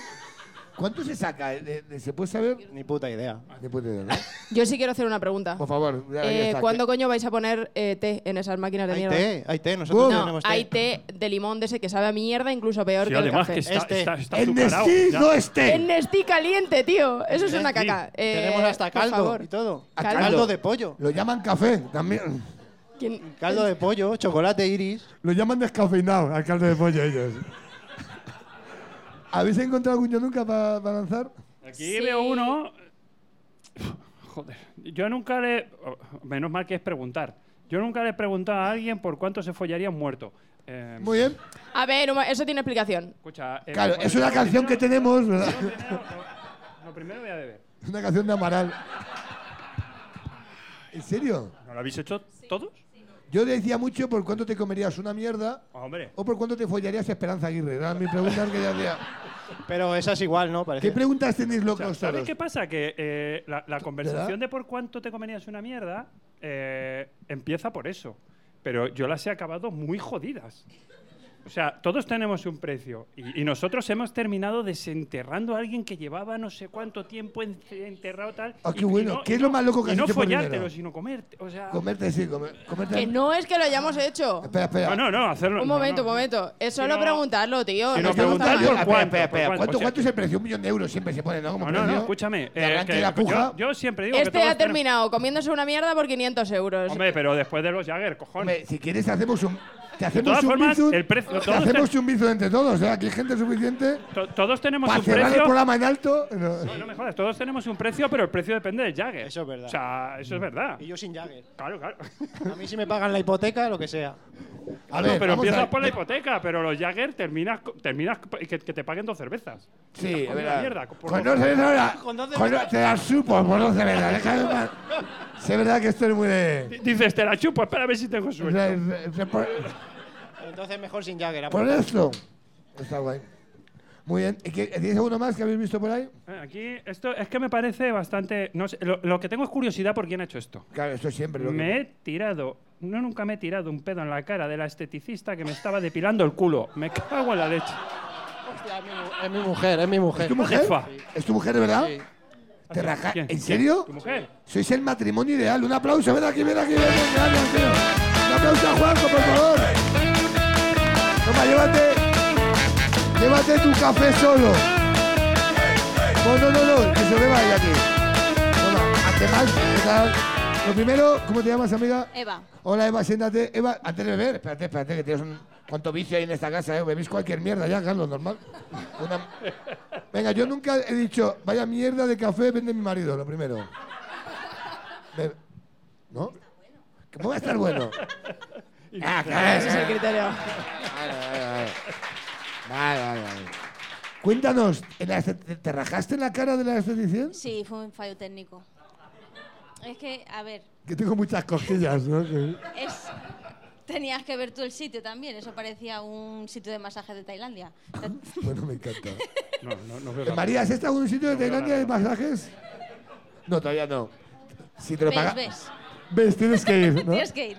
D: ¿Cuánto se saca? ¿De- de- ¿Se puede saber?
P: Ni puta idea.
D: Ni puta idea, ¿no?
I: Yo sí quiero hacer una pregunta.
D: Por
P: Pues
D: favor. ya- ya
I: Eh,
D: está.
I: ¿Cuándo coño vais a poner eh, té en esas máquinas de
P: Hay
I: mierda?
P: té, hay té, nosotros
I: no,
P: tenemos té.
I: Hay té de limón de ese que sabe a mierda, incluso peor
P: Sí,
I: que el
P: además
I: café.
P: que está- Este. está- está
D: En azucarado, Nestlé ya. no es
H: este.
D: té.
I: En Nestí caliente, tío. Eso es
P: En
I: una
P: Nestí.
I: caca. Eh,
P: Tenemos hasta
I: por
P: caldo
I: favor.
P: y todo.
I: A
P: Caldo.
I: caldo.
P: de pollo.
D: Lo llaman café también.
I: ¿Quién-
P: Caldo de pollo, chocolate iris.
D: Lo llaman descafeinado al caldo de pollo ellos. ¿Habéis encontrado algún yo nunca para lanzar?
H: Aquí veo uno. Joder. Yo nunca le. oh, Menos mal que es preguntar. Yo nunca le he preguntado a alguien por cuánto se follaría un muerto. Eh,
D: Muy bien.
I: A ver, Uma, eso tiene explicación.
H: Escucha, eh,
D: Claro,
H: pues,
D: es una
H: lo
D: canción que
H: primero-
D: tenemos, ¿verdad?
H: Lo primero voy a beber.
D: Es una canción de Amaral. ¿En serio?
H: ¿No lo habéis hecho todos?
D: Yo decía mucho por cuánto te comerías una mierda
H: Ah, Hombre.
D: o por cuánto te follarías a Esperanza Aguirre. Era mi pregunta que yo hacía.
P: Pero esa es igual, ¿no? Parece.
D: ¿Qué preguntas tenéis locos
H: ¿Sabes
D: todos?
H: qué pasa? Que eh, la, la conversación de por cuánto te comerías una mierda eh, empieza por eso. Pero yo las he acabado muy jodidas. O sea, todos tenemos un precio. Y, y nosotros hemos terminado desenterrando a alguien que llevaba no sé cuánto tiempo en- enterrado tal.
D: Ah,
H: y-
D: qué
H: y
D: bueno.
H: no-
D: ¿Qué
H: y
D: es lo
H: no-
D: más loco que
H: y
D: has
H: no
D: hecho por
H: follártelo,
D: dinero?
H: sino comerte. O sea,
D: Comerte, sí, comer- comerte.
I: Que no es que lo hayamos hecho.
D: Espera, espera.
H: No, no, no, hacerlo.
I: Un
H: no,
I: momento,
H: no.
I: un momento. Es solo
H: no-
I: preguntarlo, tío.
H: si
I: No
H: no
I: está
H: preguntas,
I: tan mal.
H: yo- ¿por
D: Espera,
H: cuánto?
D: espera, espera.
H: ¿Por cuánto?
D: ¿Cuánto,
H: O sea-
D: cuánto es el precio? Un millón de euros siempre se pone, ¿no? Como
H: No, no, no,
D: precio.
H: escúchame.
D: De
H: eh,
D: arranque
H: que
D: la puja.
H: Yo, yo siempre digo que
I: Este
H: todos
I: ha
H: tenemos-
I: terminado comiéndose una mierda por 500 euros.
H: Hombre, pero después de los Jagger, cojones.
D: Hombre, si quieres hacemos un... Te
H: De
D: hacemos
H: todas
D: un
H: formas,
D: bizum-
H: el precio.
D: te
H: todos te-
D: hacemos un bizu entre todos, ¿eh? Aquí hay gente suficiente
H: To- Todos tenemos
D: para
H: un
D: cerrar el
H: precio.
D: programa en alto. No.
H: No, no me jodas, todos tenemos un precio, pero el precio depende del Jagger. Eso
P: es verdad.
H: O sea, eso es verdad.
P: Y yo sin Jagger.
H: Claro, claro.
P: A mí si me pagan la hipoteca, lo que sea.
D: A
H: No,
D: ver,
H: pero
D: vamos a
H: empiezas
D: ver.
H: por la hipoteca, pero los Jagger terminas, co- terminas co- que, que te paguen dos cervezas. Estás
D: Sí, es
H: comiendo
D: verdad.
H: mierda, por
D: Con
H: dos-
D: no ser ahora.
H: Con dos
D: Con no,
H: cervezas.
D: te la supo por no ser verdad. Deja de mal. Sí, es verdad que esto es muy de.
H: D- Dices, te la chupo, espera a ver si tengo
D: o sea,
H: suerte.
D: es- es- es Por,
P: Entonces mejor sin Jagger.
D: por
P: apunta.
D: esto. Está guay. Muy bien. ¿Y qué- ¿Tienes alguno más que habéis visto por ahí?
H: Eh, Aquí, esto es que me parece bastante. No sé, lo, lo que tengo es curiosidad por quién ha hecho esto.
D: Claro, esto siempre lo que-
H: Me he tirado. No, nunca me he tirado un pedo en la cara de la esteticista que me estaba depilando el culo. Me cago en la leche.
P: Hostia, es mi mu- es mi mujer, es mi mujer.
D: ¿Es tu mujer? ¿Es tu mujer, de verdad? ¿Te raja-
H: ¿Quién?
D: ¿En serio?
H: ¿Tu mujer?
D: Sois el matrimonio ideal. Un aplauso. Ven aquí, ven aquí. Ven, ven, gracias, tío. Un aplauso a Juanco, por favor. Toma, llévate. Llévate tu café solo. No, no, no, no. Que se beba ella aquí. Toma, además, ¿qué tal? Lo primero, ¿cómo te llamas, amiga?
Q: Eva.
D: Hola, Eva, siéntate. Eva, antes de beber, espérate, espérate, que tienes un... ¿Cuánto vicio hay en esta casa? Eh? Bebéis cualquier mierda ya, Carlos, normal. Una- Venga, yo nunca he dicho, vaya mierda de café, vende mi marido, lo primero. Ve- ¿No? ¿Cómo va a estar bueno? Ah, claro.
I: Ese es el criterio.
D: Vale, vale, vale. Vale, vale, vale. Cuéntanos, ¿en la este- ¿te te rajaste en la cara de la esteticien?
Q: Sí, fue un fallo técnico. Es que, a ver,
D: Que tengo muchas cosquillas, ¿no? Que-
Q: es... Tenías que ver tú el sitio también, eso parecía un sitio de masaje de Tailandia.
D: Bueno, me encanta.
H: No, no, no veo
D: Eh,
H: nada.
D: María, ¿has estado en un sitio de
H: No veo
D: Tailandia de
H: nada.
D: masajes? No, todavía no. Si te lo
Q: Ves,
D: paga-
Q: ves.
D: Ves, tienes que ir, ¿no?
Q: Tienes que ir.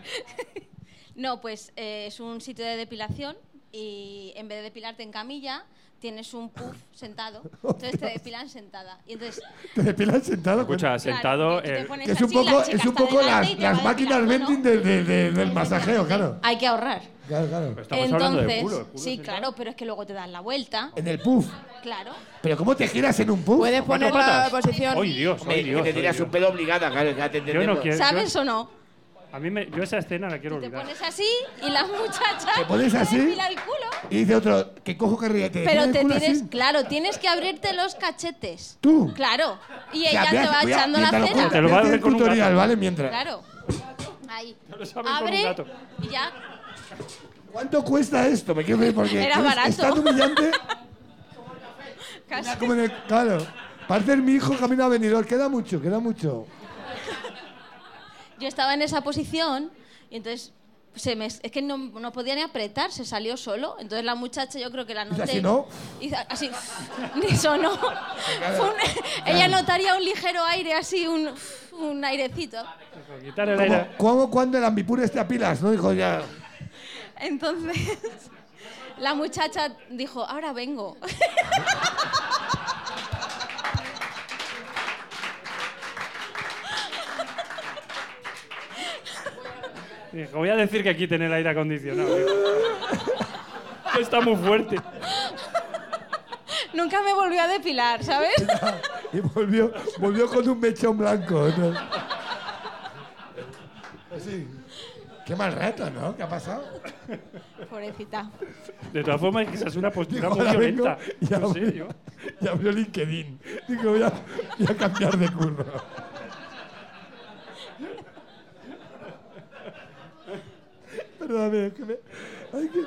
Q: No, pues eh, es un sitio de depilación y en vez de depilarte en camilla, tienes un puff sentado. Entonces te depilan sentada. Y entonces,
D: Te depilan sentado.
H: Escucha, sentado.
Q: porque tú te
H: eh,
Q: pones
D: Que es un
Q: así, la
D: poco,
Q: chica
D: es un
Q: está
D: poco
Q: delante
D: las,
Q: y te
D: las
Q: va
D: máquinas
Q: depilando,
D: vending de- de- de- del masajeo, claro.
Q: Hay que ahorrar.
D: Claro, claro.
Q: entonces, sí, claro, pero es que luego te das la vuelta.
D: En el puff.
Q: Claro.
D: ¿Pero cómo te giras en un puff?
I: Puedes poner la posición.
H: ¡Ay, Dios!
E: Hombre,
H: ¡Ay,
E: que
H: Dios!
E: te
H: ay,
E: tiras
H: Dios.
E: un pedo obligada, claro, ya te
H: Yo no
E: entendemos.
H: quiero.
Q: ¿Sabes o no?
H: yo- A mí me- yo esa escena la quiero
Q: Te
H: olvidar.
Q: pones así y la muchacha
H: ¿Te pones así?
Q: depila el culo.
D: Y dice otro, que cojo que ríete.
Q: Pero te tienes, claro, tienes que abrirte los cachetes.
D: ¿Tú?
Q: Claro. Y
D: Ya,
Q: ella
D: voy a-
Q: te va
D: voy a-
Q: echando la
D: mientras lo
Q: cera.
D: cuento, Te lo voy a voy a hacer hacer con un tutorial, gato. ¿vale? Mientras.
Q: Claro. Ahí.
H: saben con un
Q: Abre
H: gato.
Q: y ya.
D: ¿Cuánto cuesta esto? Me quiero ver porque.
Q: Era
D: es-
Q: barato.
D: Es tan humillante
Q: Casi.
D: como en el. Claro. Parece el mi hijo camino a venidor. Queda mucho, queda mucho.
Q: Yo estaba en esa posición y entonces se me, es que no, no podía ni apretar, se salió solo. Entonces la muchacha yo creo que la noté.
D: así, ¿no?
Q: Y a- así, ni sonó. Fue un- ella notaría un ligero aire así, un, un airecito.
H: Quitar el
D: ¿Cómo,
H: aire.
D: cómo cuando el ambipure te apilas, no? Dijo ya.
Q: Entonces la muchacha dijo, ahora vengo.
H: Dijo, voy a decir que aquí tener aire acondicionado. dijo. Que Está muy fuerte.
Q: Nunca me volvió a depilar, ¿sabes?
D: Y volvió, volvió con un mechón blanco. ¿no? Así. Qué mal rato, ¿no? ¿Qué ha pasado?
Q: Pobrecita.
H: De todas formas, es que esa es una postura
D: Dijo,
H: muy
D: "Ahora vengo",
H: violenta.
D: y
H: No sé,
D: abrió-
H: yo.
D: Y abrió LinkedIn. Digo, voy a, voy a cambiar de curro. Perdóname, es que me- ay, qué,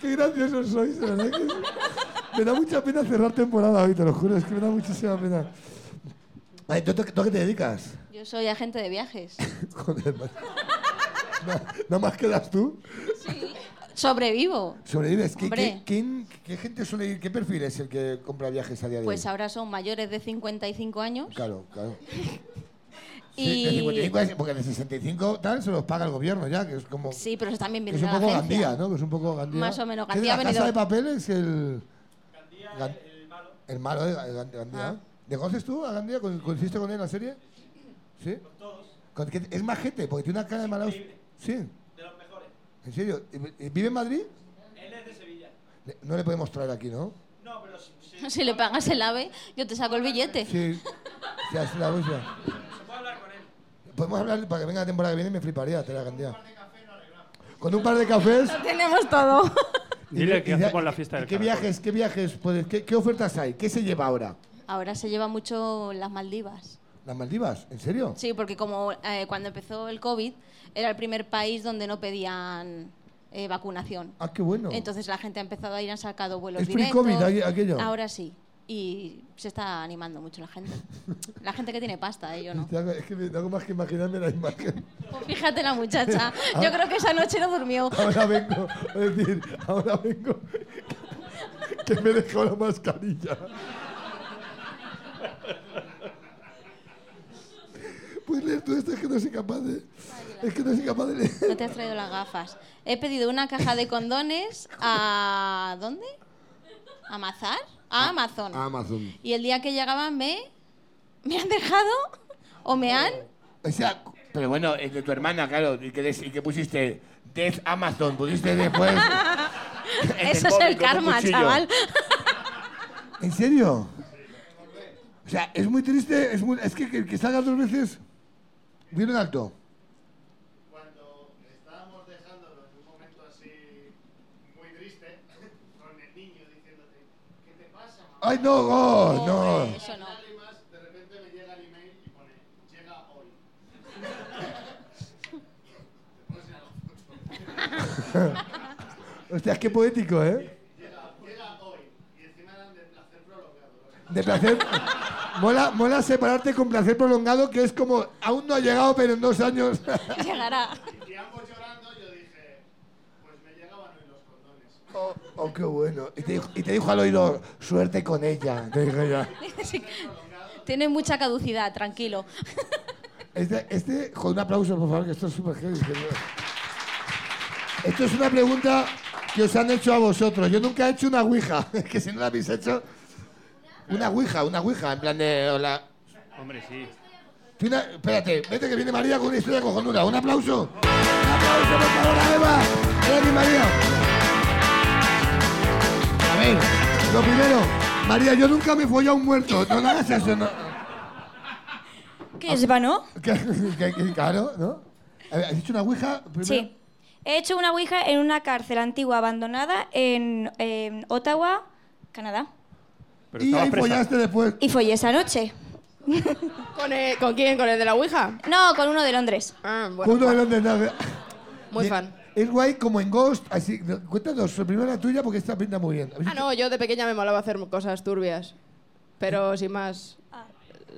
D: qué graciosos sois, de verdad que sí. Me da mucha pena cerrar temporada hoy, te lo juro, es que me da muchísima pena. Ay, ¿tú, tú- tú a qué te dedicas?
Q: Yo soy agente de viajes.
D: Joder, macho. Na- ¿Nada más quedas tú?
Q: Sobrevivo.
D: ¿Sobrevives? ¿Qué,
Q: Hombre.
D: qué, quién- qué gente suele ir? ¿Qué perfil es el que compra viajes a día de hoy?
Q: Pues ahora son mayores de 55 años.
D: Claro, claro.
Q: Y...
D: Sí, de 55 es- porque de 65 tal se los paga el gobierno ya, que es como.
Q: Sí, pero eso también
D: que
Q: viene
D: es
Q: de
D: un
Q: la
D: poco
Q: agencia.
D: Gandía, ¿no? Que es un poco Gandía.
Q: Más o menos,
D: ¿Qué es
Q: Gandía
D: la casa
Q: Benidorm.
D: de papel es el. Gan- el malo. de Gan- Gandía.
Q: Ah.
D: ¿Le conoces tú a Gandía? ¿Con- ¿Coincidiste con él en la serie? ¿Sí? Con todos. es majete, porque tiene una cara de mala. Sí. De los mejores. ¿En serio? ¿Y- y ¿Vive en Madrid?
A: Él es de Sevilla.
D: Le- No le podemos traer aquí, ¿no?
A: No, pero sí.
Q: Si le pagas el AVE, yo te saco el billete.
D: Sí. Ya, es la rusa. Podemos hablar para que venga la temporada que viene, me fliparía tener a Gandía. Con un par de cafés.
Q: Lo tenemos todo.
H: Dile que
D: y-
H: hacemos la fiesta
D: ¿Y
H: del
D: ¿Qué
H: caracol.
D: viajes, qué viajes, puedes- qué, qué ofertas hay? ¿Qué se lleva ahora?
Q: Ahora se lleva mucho las Maldivas.
D: ¿Las Maldivas? ¿En serio?
Q: Sí, porque como eh, cuando empezó el COVID, era el primer país donde no pedían eh, vacunación.
D: Ah, qué bueno.
Q: Entonces la gente ha empezado a ir, han sacado vuelos
D: Es free
Q: directos.
D: COVID, aqu- aquello.
Q: Ahora sí. Y se está animando mucho la gente. La gente que tiene pasta, eh, yo no.
D: Te hago- Es que me hago más que imaginarme la imagen.
Q: Pues fíjate la muchacha. Yo
D: Ah.
Q: creo que esa noche no durmió.
D: Ahora vengo, es decir, ahora vengo que me dejó la mascarilla. Pues leer tú esto es que no soy capaz de... Es que no soy capaz de leer.
Q: No te has traído las gafas. He pedido una caja de condones a... ¿Dónde? ¿A Mazar? A Amazon.
D: Amazon.
Q: Y el día que llegaba me... ¿Me han dejado? ¿O me han...?
E: O sea, pero bueno, es de tu hermana, claro. ¿Y que, des- y que pusiste? Death Amazon, pusiste después. el
Q: Eso es
E: móvil
Q: el
E: con un
Q: karma,
E: cuchillo.
Q: chaval.
D: ¿En serio? O sea, es muy triste, es, muy- es que que, que salga dos veces... Viene en alto.
L: Cuando estábamos dejándolo en un momento así muy triste, con el niño diciéndote, ¿qué te pasa, mamá?
D: ¡Ay, no, no, no!
L: Con lágrimas, de repente me llega el email y pone, llega hoy. Te pones en la foto.
D: Hostia, qué poético, ¿eh?
L: llega, llega hoy. Y encima eran de placer prolongado.
D: De placer... Mola, mola separarte con placer prolongado, que es como, aún no ha llegado, pero en dos años...
Q: Llegará.
L: Y ambos llorando, yo dije, pues me llegaban hoy los condones.
D: Oh, oh, qué bueno. Y te, dijo, y te dijo al oído, suerte con ella. Te dijo ella.
Q: Sí. Tiene mucha caducidad, tranquilo.
D: Este, este, con un aplauso, por favor, que esto es súper heavy. que no- Esto es una pregunta que os han hecho a vosotros. Yo nunca he hecho una ouija, es que si no la habéis hecho... Una ouija, una ouija, en plan de... Eh, Hola.
H: Hombre, sí.
D: Tú una- espérate, vete que viene María con una historia cojonuda. Un aplauso. Un aplauso, por favor, a Eva. Ven aquí, María. A ver, lo primero, María, yo nunca me follé a un muerto. No, no hagas eso, no.
F: ¿Qué es vano?
D: Que- que- que- claro, ¿no? A ver, ¿Has dicho una ouija? Primero?
F: Sí. He hecho una ouija en una cárcel antigua abandonada en, en Ottawa, Canadá.
D: Y ahí follaste después.
F: Y follé esa noche.
I: ¿Con, el- ¿Con quién? ¿Con el de la Ouija?
F: No, con uno de Londres.
I: Ah, bueno.
D: Con uno de Londres, no, que-
I: Muy
D: Bien.
I: fan.
D: Es guay como en Ghost, así. Cuéntanos, primero la tuya porque esta pinta muy bien.
I: Ah, no, yo de pequeña me molaba hacer cosas turbias. Pero sin más.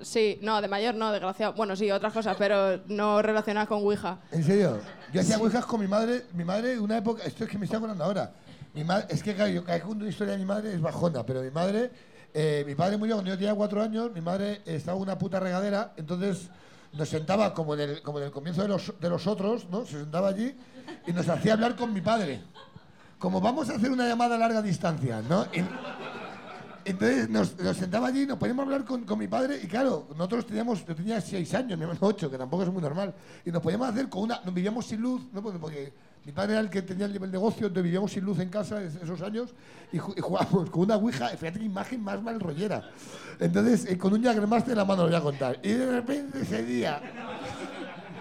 I: Sí, no, de mayor no, desgraciado. Bueno, sí, otras cosas, pero no relacionadas con Ouija.
D: ¿En serio? Yo hacía ouijas con mi madre. Mi madre, una época, esto es que me está acordando ahora. Mi madre, es que claro, yo cada vez que cuento una historia de mi madre es bajona, pero mi madre, eh, mi padre murió cuando yo tenía cuatro años. Mi madre eh, estaba en una puta regadera, entonces nos sentaba como en el, como en el comienzo de los, de los otros, ¿no? Se sentaba allí y nos hacía hablar con mi padre. Como vamos a hacer una llamada a larga distancia, ¿no? Y- entonces nos, nos sentaba allí, nos poníamos a hablar con, con mi padre y claro, nosotros teníamos, yo tenía seis años, mi hermano ocho, que tampoco es muy normal, y nos podíamos hacer con una, nos vivíamos sin luz, ¿no? porque, porque mi padre era el que tenía el, el negocio, entonces vivíamos sin luz en casa es- esos años y, ju- y jugábamos con una ouija, fíjate qué imagen más mal rollera. Entonces, eh, con un Jagermaster en la mano lo voy a contar. Y de repente ese día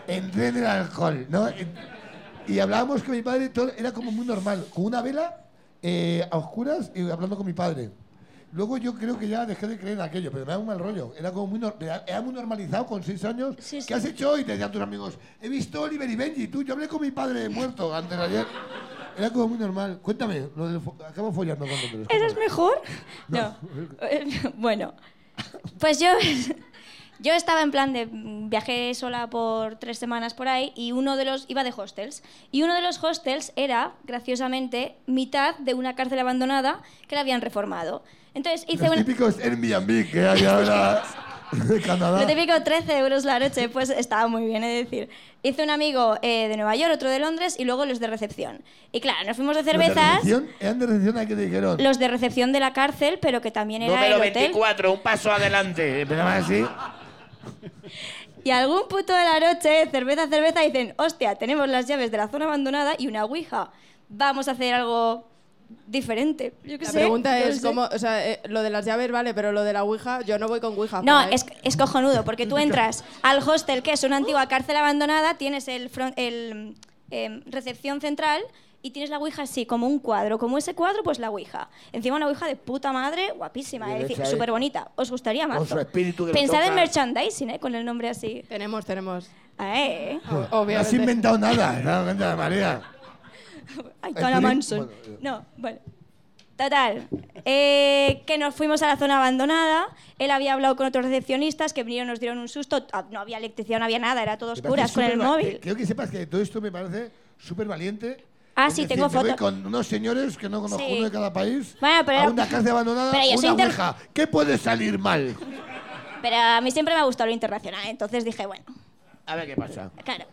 D: entré en el alcohol, ¿no? Y hablábamos con mi padre, todo era como muy normal, con una vela eh, a oscuras y hablando con mi padre. Luego yo creo que ya dejé de creer en aquello, pero me da un mal rollo. Era como muy, nor- era era muy normalizado con seis años. ¿Qué has hecho hoy? Te decían tus amigos. He visto Oliver y Benji, tú. Yo hablé con mi padre muerto antes de ayer. Era como muy normal. Cuéntame, lo del fo- acabo follando con otros.
F: ¿Eso es mejor? No. bueno, pues yo, yo estaba en plan de mm, viajé sola por tres semanas por ahí y uno de los iba de hostels y uno de los hostels era graciosamente mitad de una cárcel abandonada que la habían reformado. Entonces hice
D: Los
F: una,
D: típicos Airbnb que hay ahora de Canadá.
F: Lo típico, 13 euros la noche, pues estaba muy bien, es decir. Hice un amigo eh, de Nueva York, otro de Londres y luego los de recepción. Y claro, nos fuimos de cervezas.
D: ¿Los de recepción? ¿Eran de recepción a qué te dijeron?
F: Los de recepción de la cárcel, pero que también era
E: Número
F: el hotel.
E: 24, un paso adelante. Empezaban así.
F: Y algún punto de la noche, cerveza, cerveza, dicen, hostia, tenemos las llaves de la zona abandonada y una ouija. Vamos a hacer algo diferente. Yo qué
I: La
F: sé,
I: pregunta
F: yo
I: es,
F: qué sé.
I: ¿cómo, o sea, eh, lo de las llaves vale, pero lo de la Ouija, yo no voy con Ouija.
F: No,
I: por ahí.
F: es, es cojonudo, porque tú entras al hostel, que es una antigua cárcel abandonada, tienes el, fron- el em, recepción central y tienes la Ouija así, como un cuadro. Como ese cuadro, pues la Ouija. Encima una Ouija de puta madre, guapísima,
I: Bien
F: es decir,
I: hecha, ¿eh?
F: súper bonita. Os gustaría más.
I: Con su espíritu que lo
F: Pensad en
I: toca.
F: merchandising, ¿eh? Con el nombre así.
I: Tenemos, tenemos.
F: Eh.
D: No has inventado nada, ¿no? Cuenta, María.
F: Ay, Tana
D: Espíritu-
F: Manson.
D: bueno, eh.
F: No, bueno. Total, eh, que nos fuimos a la zona abandonada, él había hablado con otros recepcionistas que vinieron, nos dieron un susto, Ah, no había electricidad, no había nada, era todo
D: Me
F: oscuras
D: parece
F: con el
D: súper va-
F: móvil.
D: eh, Quiero que sepas que todo esto me parece súper valiente.
F: Ah,
D: Es
F: sí,
D: decir,
F: tengo
D: me voy
F: foto.
D: Con unos señores que no conozco
F: Sí.
D: uno de cada país.
F: Bueno, pero
D: a
F: era-
D: una cárcel abandonada,
F: pero yo soy
D: una
F: inter-
D: ouija. ¿Qué puede salir mal?
F: Pero a mí siempre me ha gustado lo internacional, entonces dije, bueno,
E: A ver qué pasa.
F: claro.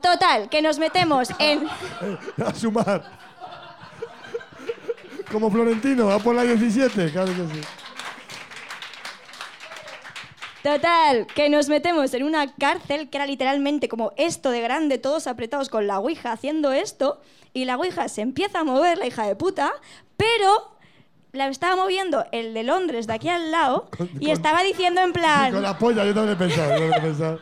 F: Total, que nos metemos en...
D: a sumar. Como Florentino, va por la 17, claro que sí.
F: Total, que nos metemos en una cárcel que era literalmente como esto de grande, todos apretados con la Ouija haciendo esto, y la Ouija se empieza a mover, la hija de puta, pero la estaba moviendo el de Londres de aquí al lado y estaba diciendo en plan...
D: Con la polla, yo también he pensado, yo también he pensado.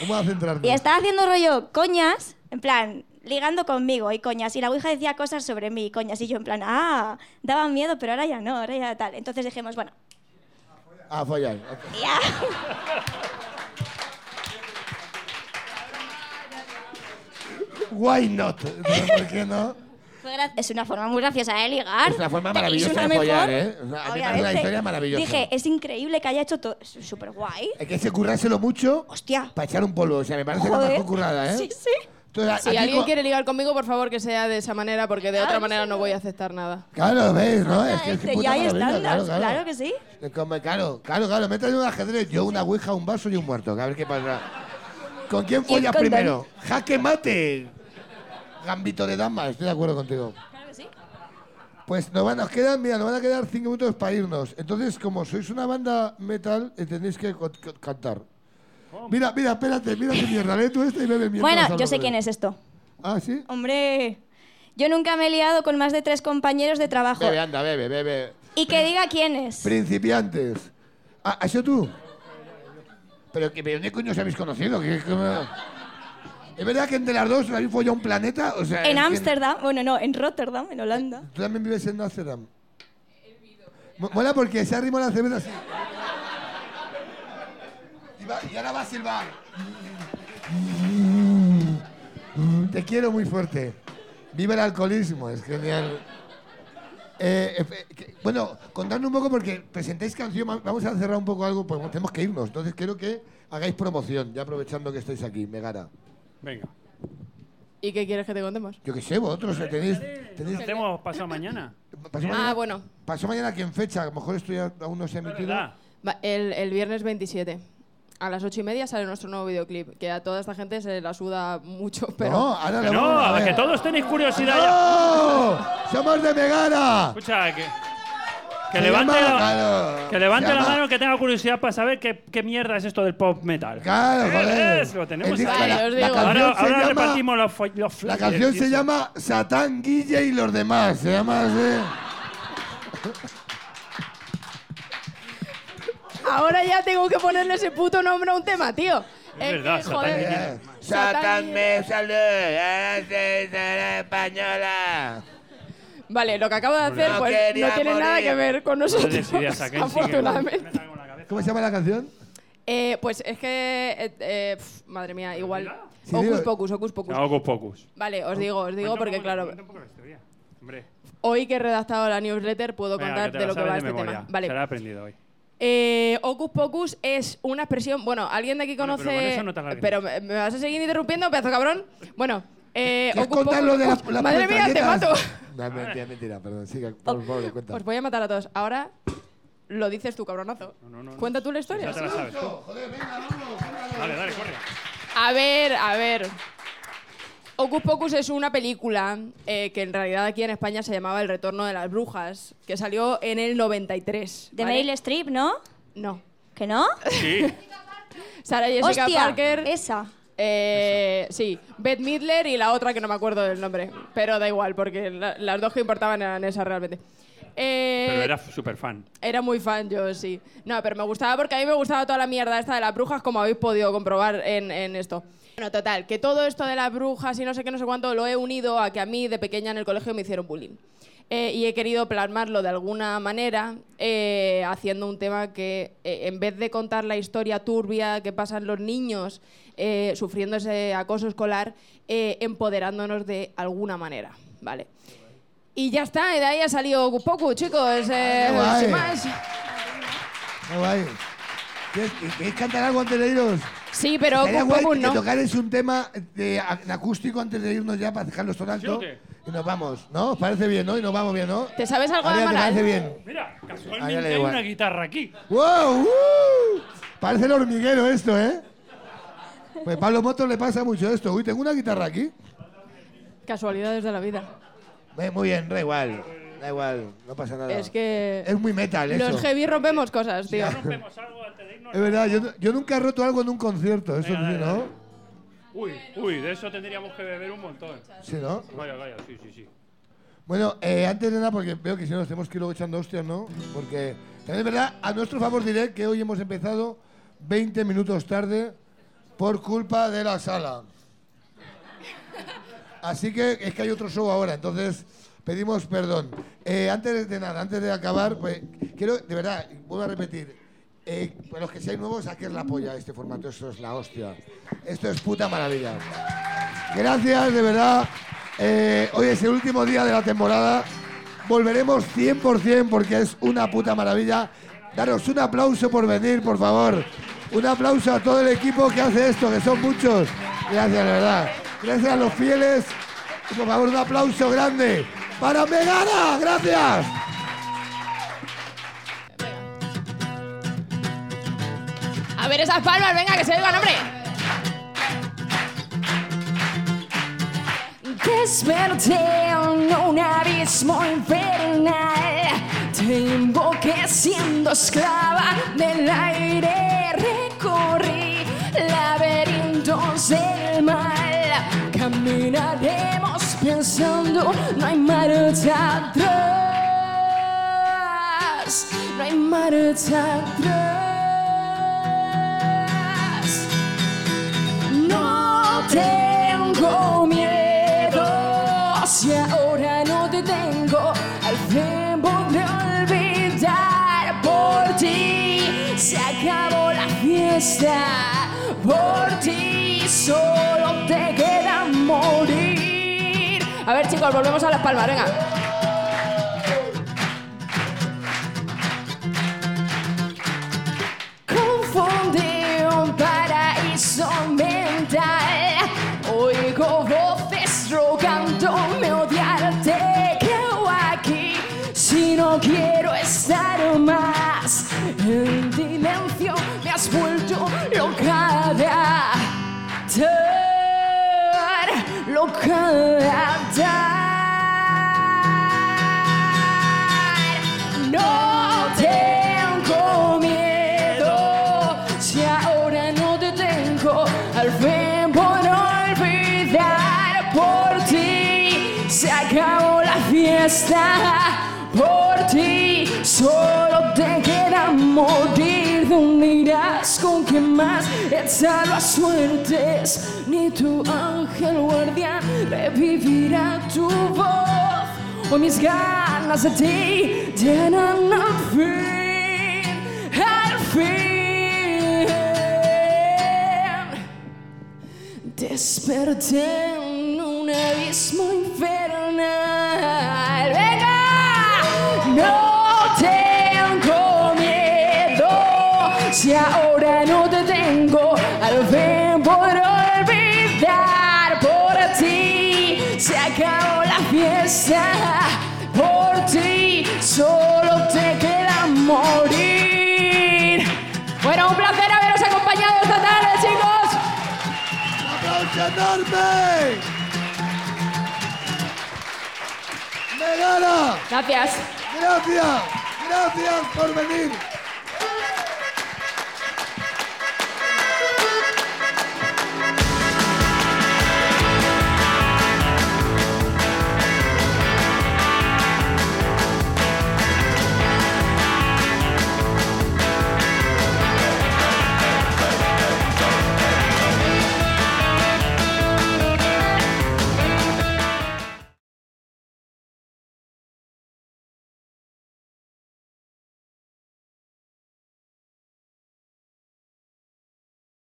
D: Vamos a centrarnos.
F: Y estaba haciendo rollo coñas, en plan, ligando conmigo y coñas. Y la Ouija decía cosas sobre mí y coñas. Y yo en plan, ah, daba miedo, pero ahora ya no, ahora ya tal. Entonces dijimos, bueno,
D: A follar.
F: ya.
D: Why not? ¿Por qué no?
F: Fue gra- es una forma muy graciosa de ligar.
D: Es una forma
F: Y
D: maravillosa
F: una
D: de
F: mejor,
D: follar, ¿eh? O sea, a mí me parece una
F: obviamente.
D: historia maravillosa.
F: este, Dije, es increíble que haya hecho todo. Es súper guay.
D: Hay que se currárselo mucho
F: Hostia.
D: para echar un polvo. O sea, me parece la
I: Joder.
D: mejor currada, ¿eh?
I: Sí,
F: sí.
D: Entonces,
I: Si
D: aquí
I: alguien
D: co-
I: quiere ligar conmigo, por favor, que sea de esa manera, porque de otra manera no voy a aceptar nada.
D: Claro, ¿ves? ¿no? Es que es que
F: Este,
D: puta
F: ya hay
D: maravilla,
F: estándares,
D: claro, claro.
F: que sí.
D: Como- Claro, claro, claro. Métale un ajedrez. Yo una ouija, un vaso y un muerto. A ver qué pasa. ¿Con quién
F: Y el
D: follas
F: condón.
D: primero? ¡Jaque mate! Gambito de dama, estoy de acuerdo contigo.
F: Claro que sí.
D: Pues nos, van, nos quedan, mira, nos van a quedar cinco minutos para irnos. Entonces, como sois una banda metal, eh, tenéis que co- co- cantar. Mira, mira, espérate, mira qué mierda, lee tú este y bebe mierda.
F: Bueno, yo sé quién es esto.
D: Ah, ¿sí?
F: Hombre, yo nunca me he liado con más de tres compañeros de trabajo.
D: Bebe, anda, bebe, bebe.
F: Y que diga quién es.
D: Principiantes. Ah, ¿Eso tú? Pero, que, pero ¿dónde coño os habéis conocido? Que- que- ¿Es verdad que entre las dos habéis follado un planeta? O sea, es
F: en
D: que-
F: Ámsterdam, bueno, no, en Rotterdam, en Holanda.
D: ¿Tú también vives en Amsterdam? Mo- Mola porque se arrimó la cerveza así. Y, va- y ahora va a silbar. Te quiero muy fuerte. Viva el alcoholismo, es genial. Eh, eh, eh, que- bueno, contadme un poco porque presentáis canción, va- vamos a cerrar un poco algo, porque tenemos que irnos. Entonces quiero que hagáis promoción, ya aprovechando que estáis aquí, Megara.
H: Venga.
I: ¿Y qué quieres que te contemos?
D: Yo qué sé, vosotros eh, tenéis... tenéis
H: Hacemos pasado mañana.
D: pasó
I: Ah,
D: mañana,
I: bueno.
D: pasó mañana que en fecha, a lo mejor esto ya aún no se ha emitido.
I: Va, El, el viernes 27. A las ocho y media sale nuestro nuevo videoclip, que a toda esta gente se la suda mucho, pero...
D: No, ahora
H: Que
D: lo vamos
H: no,
D: a
H: a ver,
D: ver.
H: que todos tenéis curiosidad
D: ¡No! ¡Oh! ¡Somos de Megara!
H: Escucha, que, que
D: Se
H: levante,
D: llama-
H: la,
D: claro,
H: que levante
D: se
H: la
D: llama-
H: mano que tenga curiosidad para saber qué, qué mierda es esto del pop metal.
D: Claro,
H: ¿Qué
D: joder.
H: es? Lo tenemos
D: El disco,
H: ahí.
D: la- la
H: Ahora-
D: canción se
H: ahora
D: llama-
H: repartimos los, fo- los
D: La
H: flyers
D: canción
H: y
D: se
H: eso.
D: llama Satán, Guille y los demás. Se llama así.
I: Ahora ya tengo que ponerle ese puto nombre a un tema, tío.
E: Es
I: que,
E: verdad, Satán
I: joder,
E: Guille.
I: Satán
E: me salud, ahora soy la española.
I: Vale, lo que acabo de hacer
E: No
I: pues,
E: quería
I: no tiene nada
E: morir.
I: que ver con
E: No le
I: nosotros.
E: des ideas a Kenji, que
I: afortunadamente.
D: ¿Cómo se llama la canción?
I: Eh, pues es que. eh, eh, pf, madre mía, igual.
D: Sí,
I: Ocus
D: dilo.
I: pocus, ocus pocus.
H: No, Hocus Pocus.
I: Vale, os digo, os digo porque, claro,
H: Hombre,
I: hoy que he redactado la newsletter puedo
H: venga,
I: contar
H: que
I: de
H: te la
I: lo que
H: sabes
I: va
H: de
I: este
H: memoria.
I: tema. Vale.
H: Se la he aprendido hoy.
I: Eh, Ocus Pocus es una expresión. Bueno, alguien de aquí
H: Bueno,
I: conoce.
H: pero con eso no te alargues.
I: Pero, me, me vas a seguir interrumpiendo, pedazo cabrón. Bueno, eh,
D: ¿Quieres
I: Hocus
D: contar lo
I: Pocus-
D: de las
I: Uy, Madre mía, te mato.
D: No, mentira, mentira, perdón. Sigue, por favor, cuenta.
I: Os voy a matar a todos. Ahora lo dices tú, cabronazo. Cuenta tú la historia.
H: Ya te la
I: ¿sí?
H: sabes tú. Dale, dale, corre.
I: A ver, a ver. Hocus Pocus es una película eh, que en realidad aquí en España se llamaba El Retorno de las Brujas, que salió en el 93.
F: De
I: ¿vale?
F: Meryl Streep, ¿no?
I: No.
F: ¿Que no?
H: Sí.
I: Sara Jessica
F: Hostia,
I: Parker. Esa. Sí, Beth Midler y la otra que no me acuerdo del nombre. Pero da igual, porque la- las dos que importaban eran esas realmente. Eh,
H: Pero era súper fan.
I: era muy fan yo, sí. No, pero me gustaba porque a mí me gustaba toda la mierda esta de las brujas, como habéis podido comprobar en, en esto. Bueno, total, que todo esto de las brujas y no sé qué, no sé cuánto, lo he unido a que a mí de pequeña en el colegio me hicieron bullying. Eh, y he querido plasmarlo de alguna manera eh, haciendo un tema que, eh, en vez de contar la historia turbia que pasan los niños eh, sufriendo ese acoso escolar, eh, empoderándonos de alguna manera, ¿vale? Y ya está, y de ahí ha salido poco, chicos. eh,
D: qué guay.
I: sin más.
D: No, guay. ¿Quieres, queréis cantar algo antes de iros?
I: Sí, pero
D: Estaría
I: Hocus
D: guay
I: Pocus
D: que
I: no.
D: tocarais un tema de, a- en acústico antes de irnos ya para dejarlo todo alto. y nos vamos, ¿no? ¿Os parece bien, no? Y nos vamos bien, ¿no?
I: ¿Te sabes algo de
D: Ariel, ¿te
I: Amaral?
D: parece bien?
H: Mira,
D: Ah, ya
H: casualmente
D: le da
H: hay
D: igual.
H: una guitarra aquí.
D: ¡Wow! ¡Uh! Parece el hormiguero esto, ¿eh? Pues Pablo Motos le pasa mucho esto. Uy, tengo una guitarra aquí.
I: Casualidades de la vida.
D: Eh, Muy bien, da igual. Da igual, no pasa nada.
I: Es que.
D: Es muy metal eso.
I: Los heavy rompemos cosas, tío.
D: Es verdad, yo, no- yo nunca he roto algo en un concierto. Eso sí, ¿no?
H: Uy, uy, de eso tendríamos que beber un montón.
D: Sí, ¿no?
H: Vaya, vaya, sí, sí, sí.
D: Bueno, eh, antes de nada, porque veo que si no nos tenemos que ir luego echando hostias, ¿no? Porque también es verdad, a nuestro favor diré que hoy hemos empezado 20 minutos tarde por culpa de la sala. Así que es que hay otro show ahora, entonces pedimos perdón. Eh, antes de nada, antes de acabar, pues, quiero, de verdad, vuelvo a repetir, eh, para los que seáis nuevos, saquéis la polla de este formato, esto es la hostia. Esto es puta maravilla. Gracias, de verdad. Eh, hoy es el último día de la temporada. Volveremos 100% porque es una puta maravilla. Daros un aplauso por venir, por favor. Un aplauso a todo el equipo que hace esto, que son muchos. Gracias, de verdad. Gracias a los fieles. Y, Por favor, un aplauso grande para Megara. Gracias.
I: A ver esas palmas, venga, que se oigan, hombre.
R: Desperté en un abismo infernal. Te invoqué siendo esclava del aire. Recorrí laberintos del mal. Caminaremos pensando, no hay marcha atrás. No hay marcha atrás. No te está por ti, solo te queda morir.
I: A ver, chicos, volvemos a las palmas, venga.
R: Confundí un paraíso mental. Oigo voces rogándome odiarte. ¿Qué hago aquí si no quiero estar más? En silencio me has vuelto locada. Tan locada. No tengo miedo si ahora no te tengo. Al fin por olvidar por ti se acabó la fiesta. Por ti solo te queda morir. ¿Dónde irás con quién más? Echar las suertes. Ni tu ángel guardián revivirá tu voz o mis ganas de ti llenan al fin, al fin. Desperté en un abismo infernal. ¡Venga! No tengo miedo si ahora no te tengo. Al fin por olvidar por ti se acabó la fiesta. Por ti solo te queda morir.
I: Bueno, un placer haberos acompañado esta tarde, chicos.
D: ¡Aplauso enorme! ¡Me gana!
I: Gracias.
D: Gracias, gracias por venir.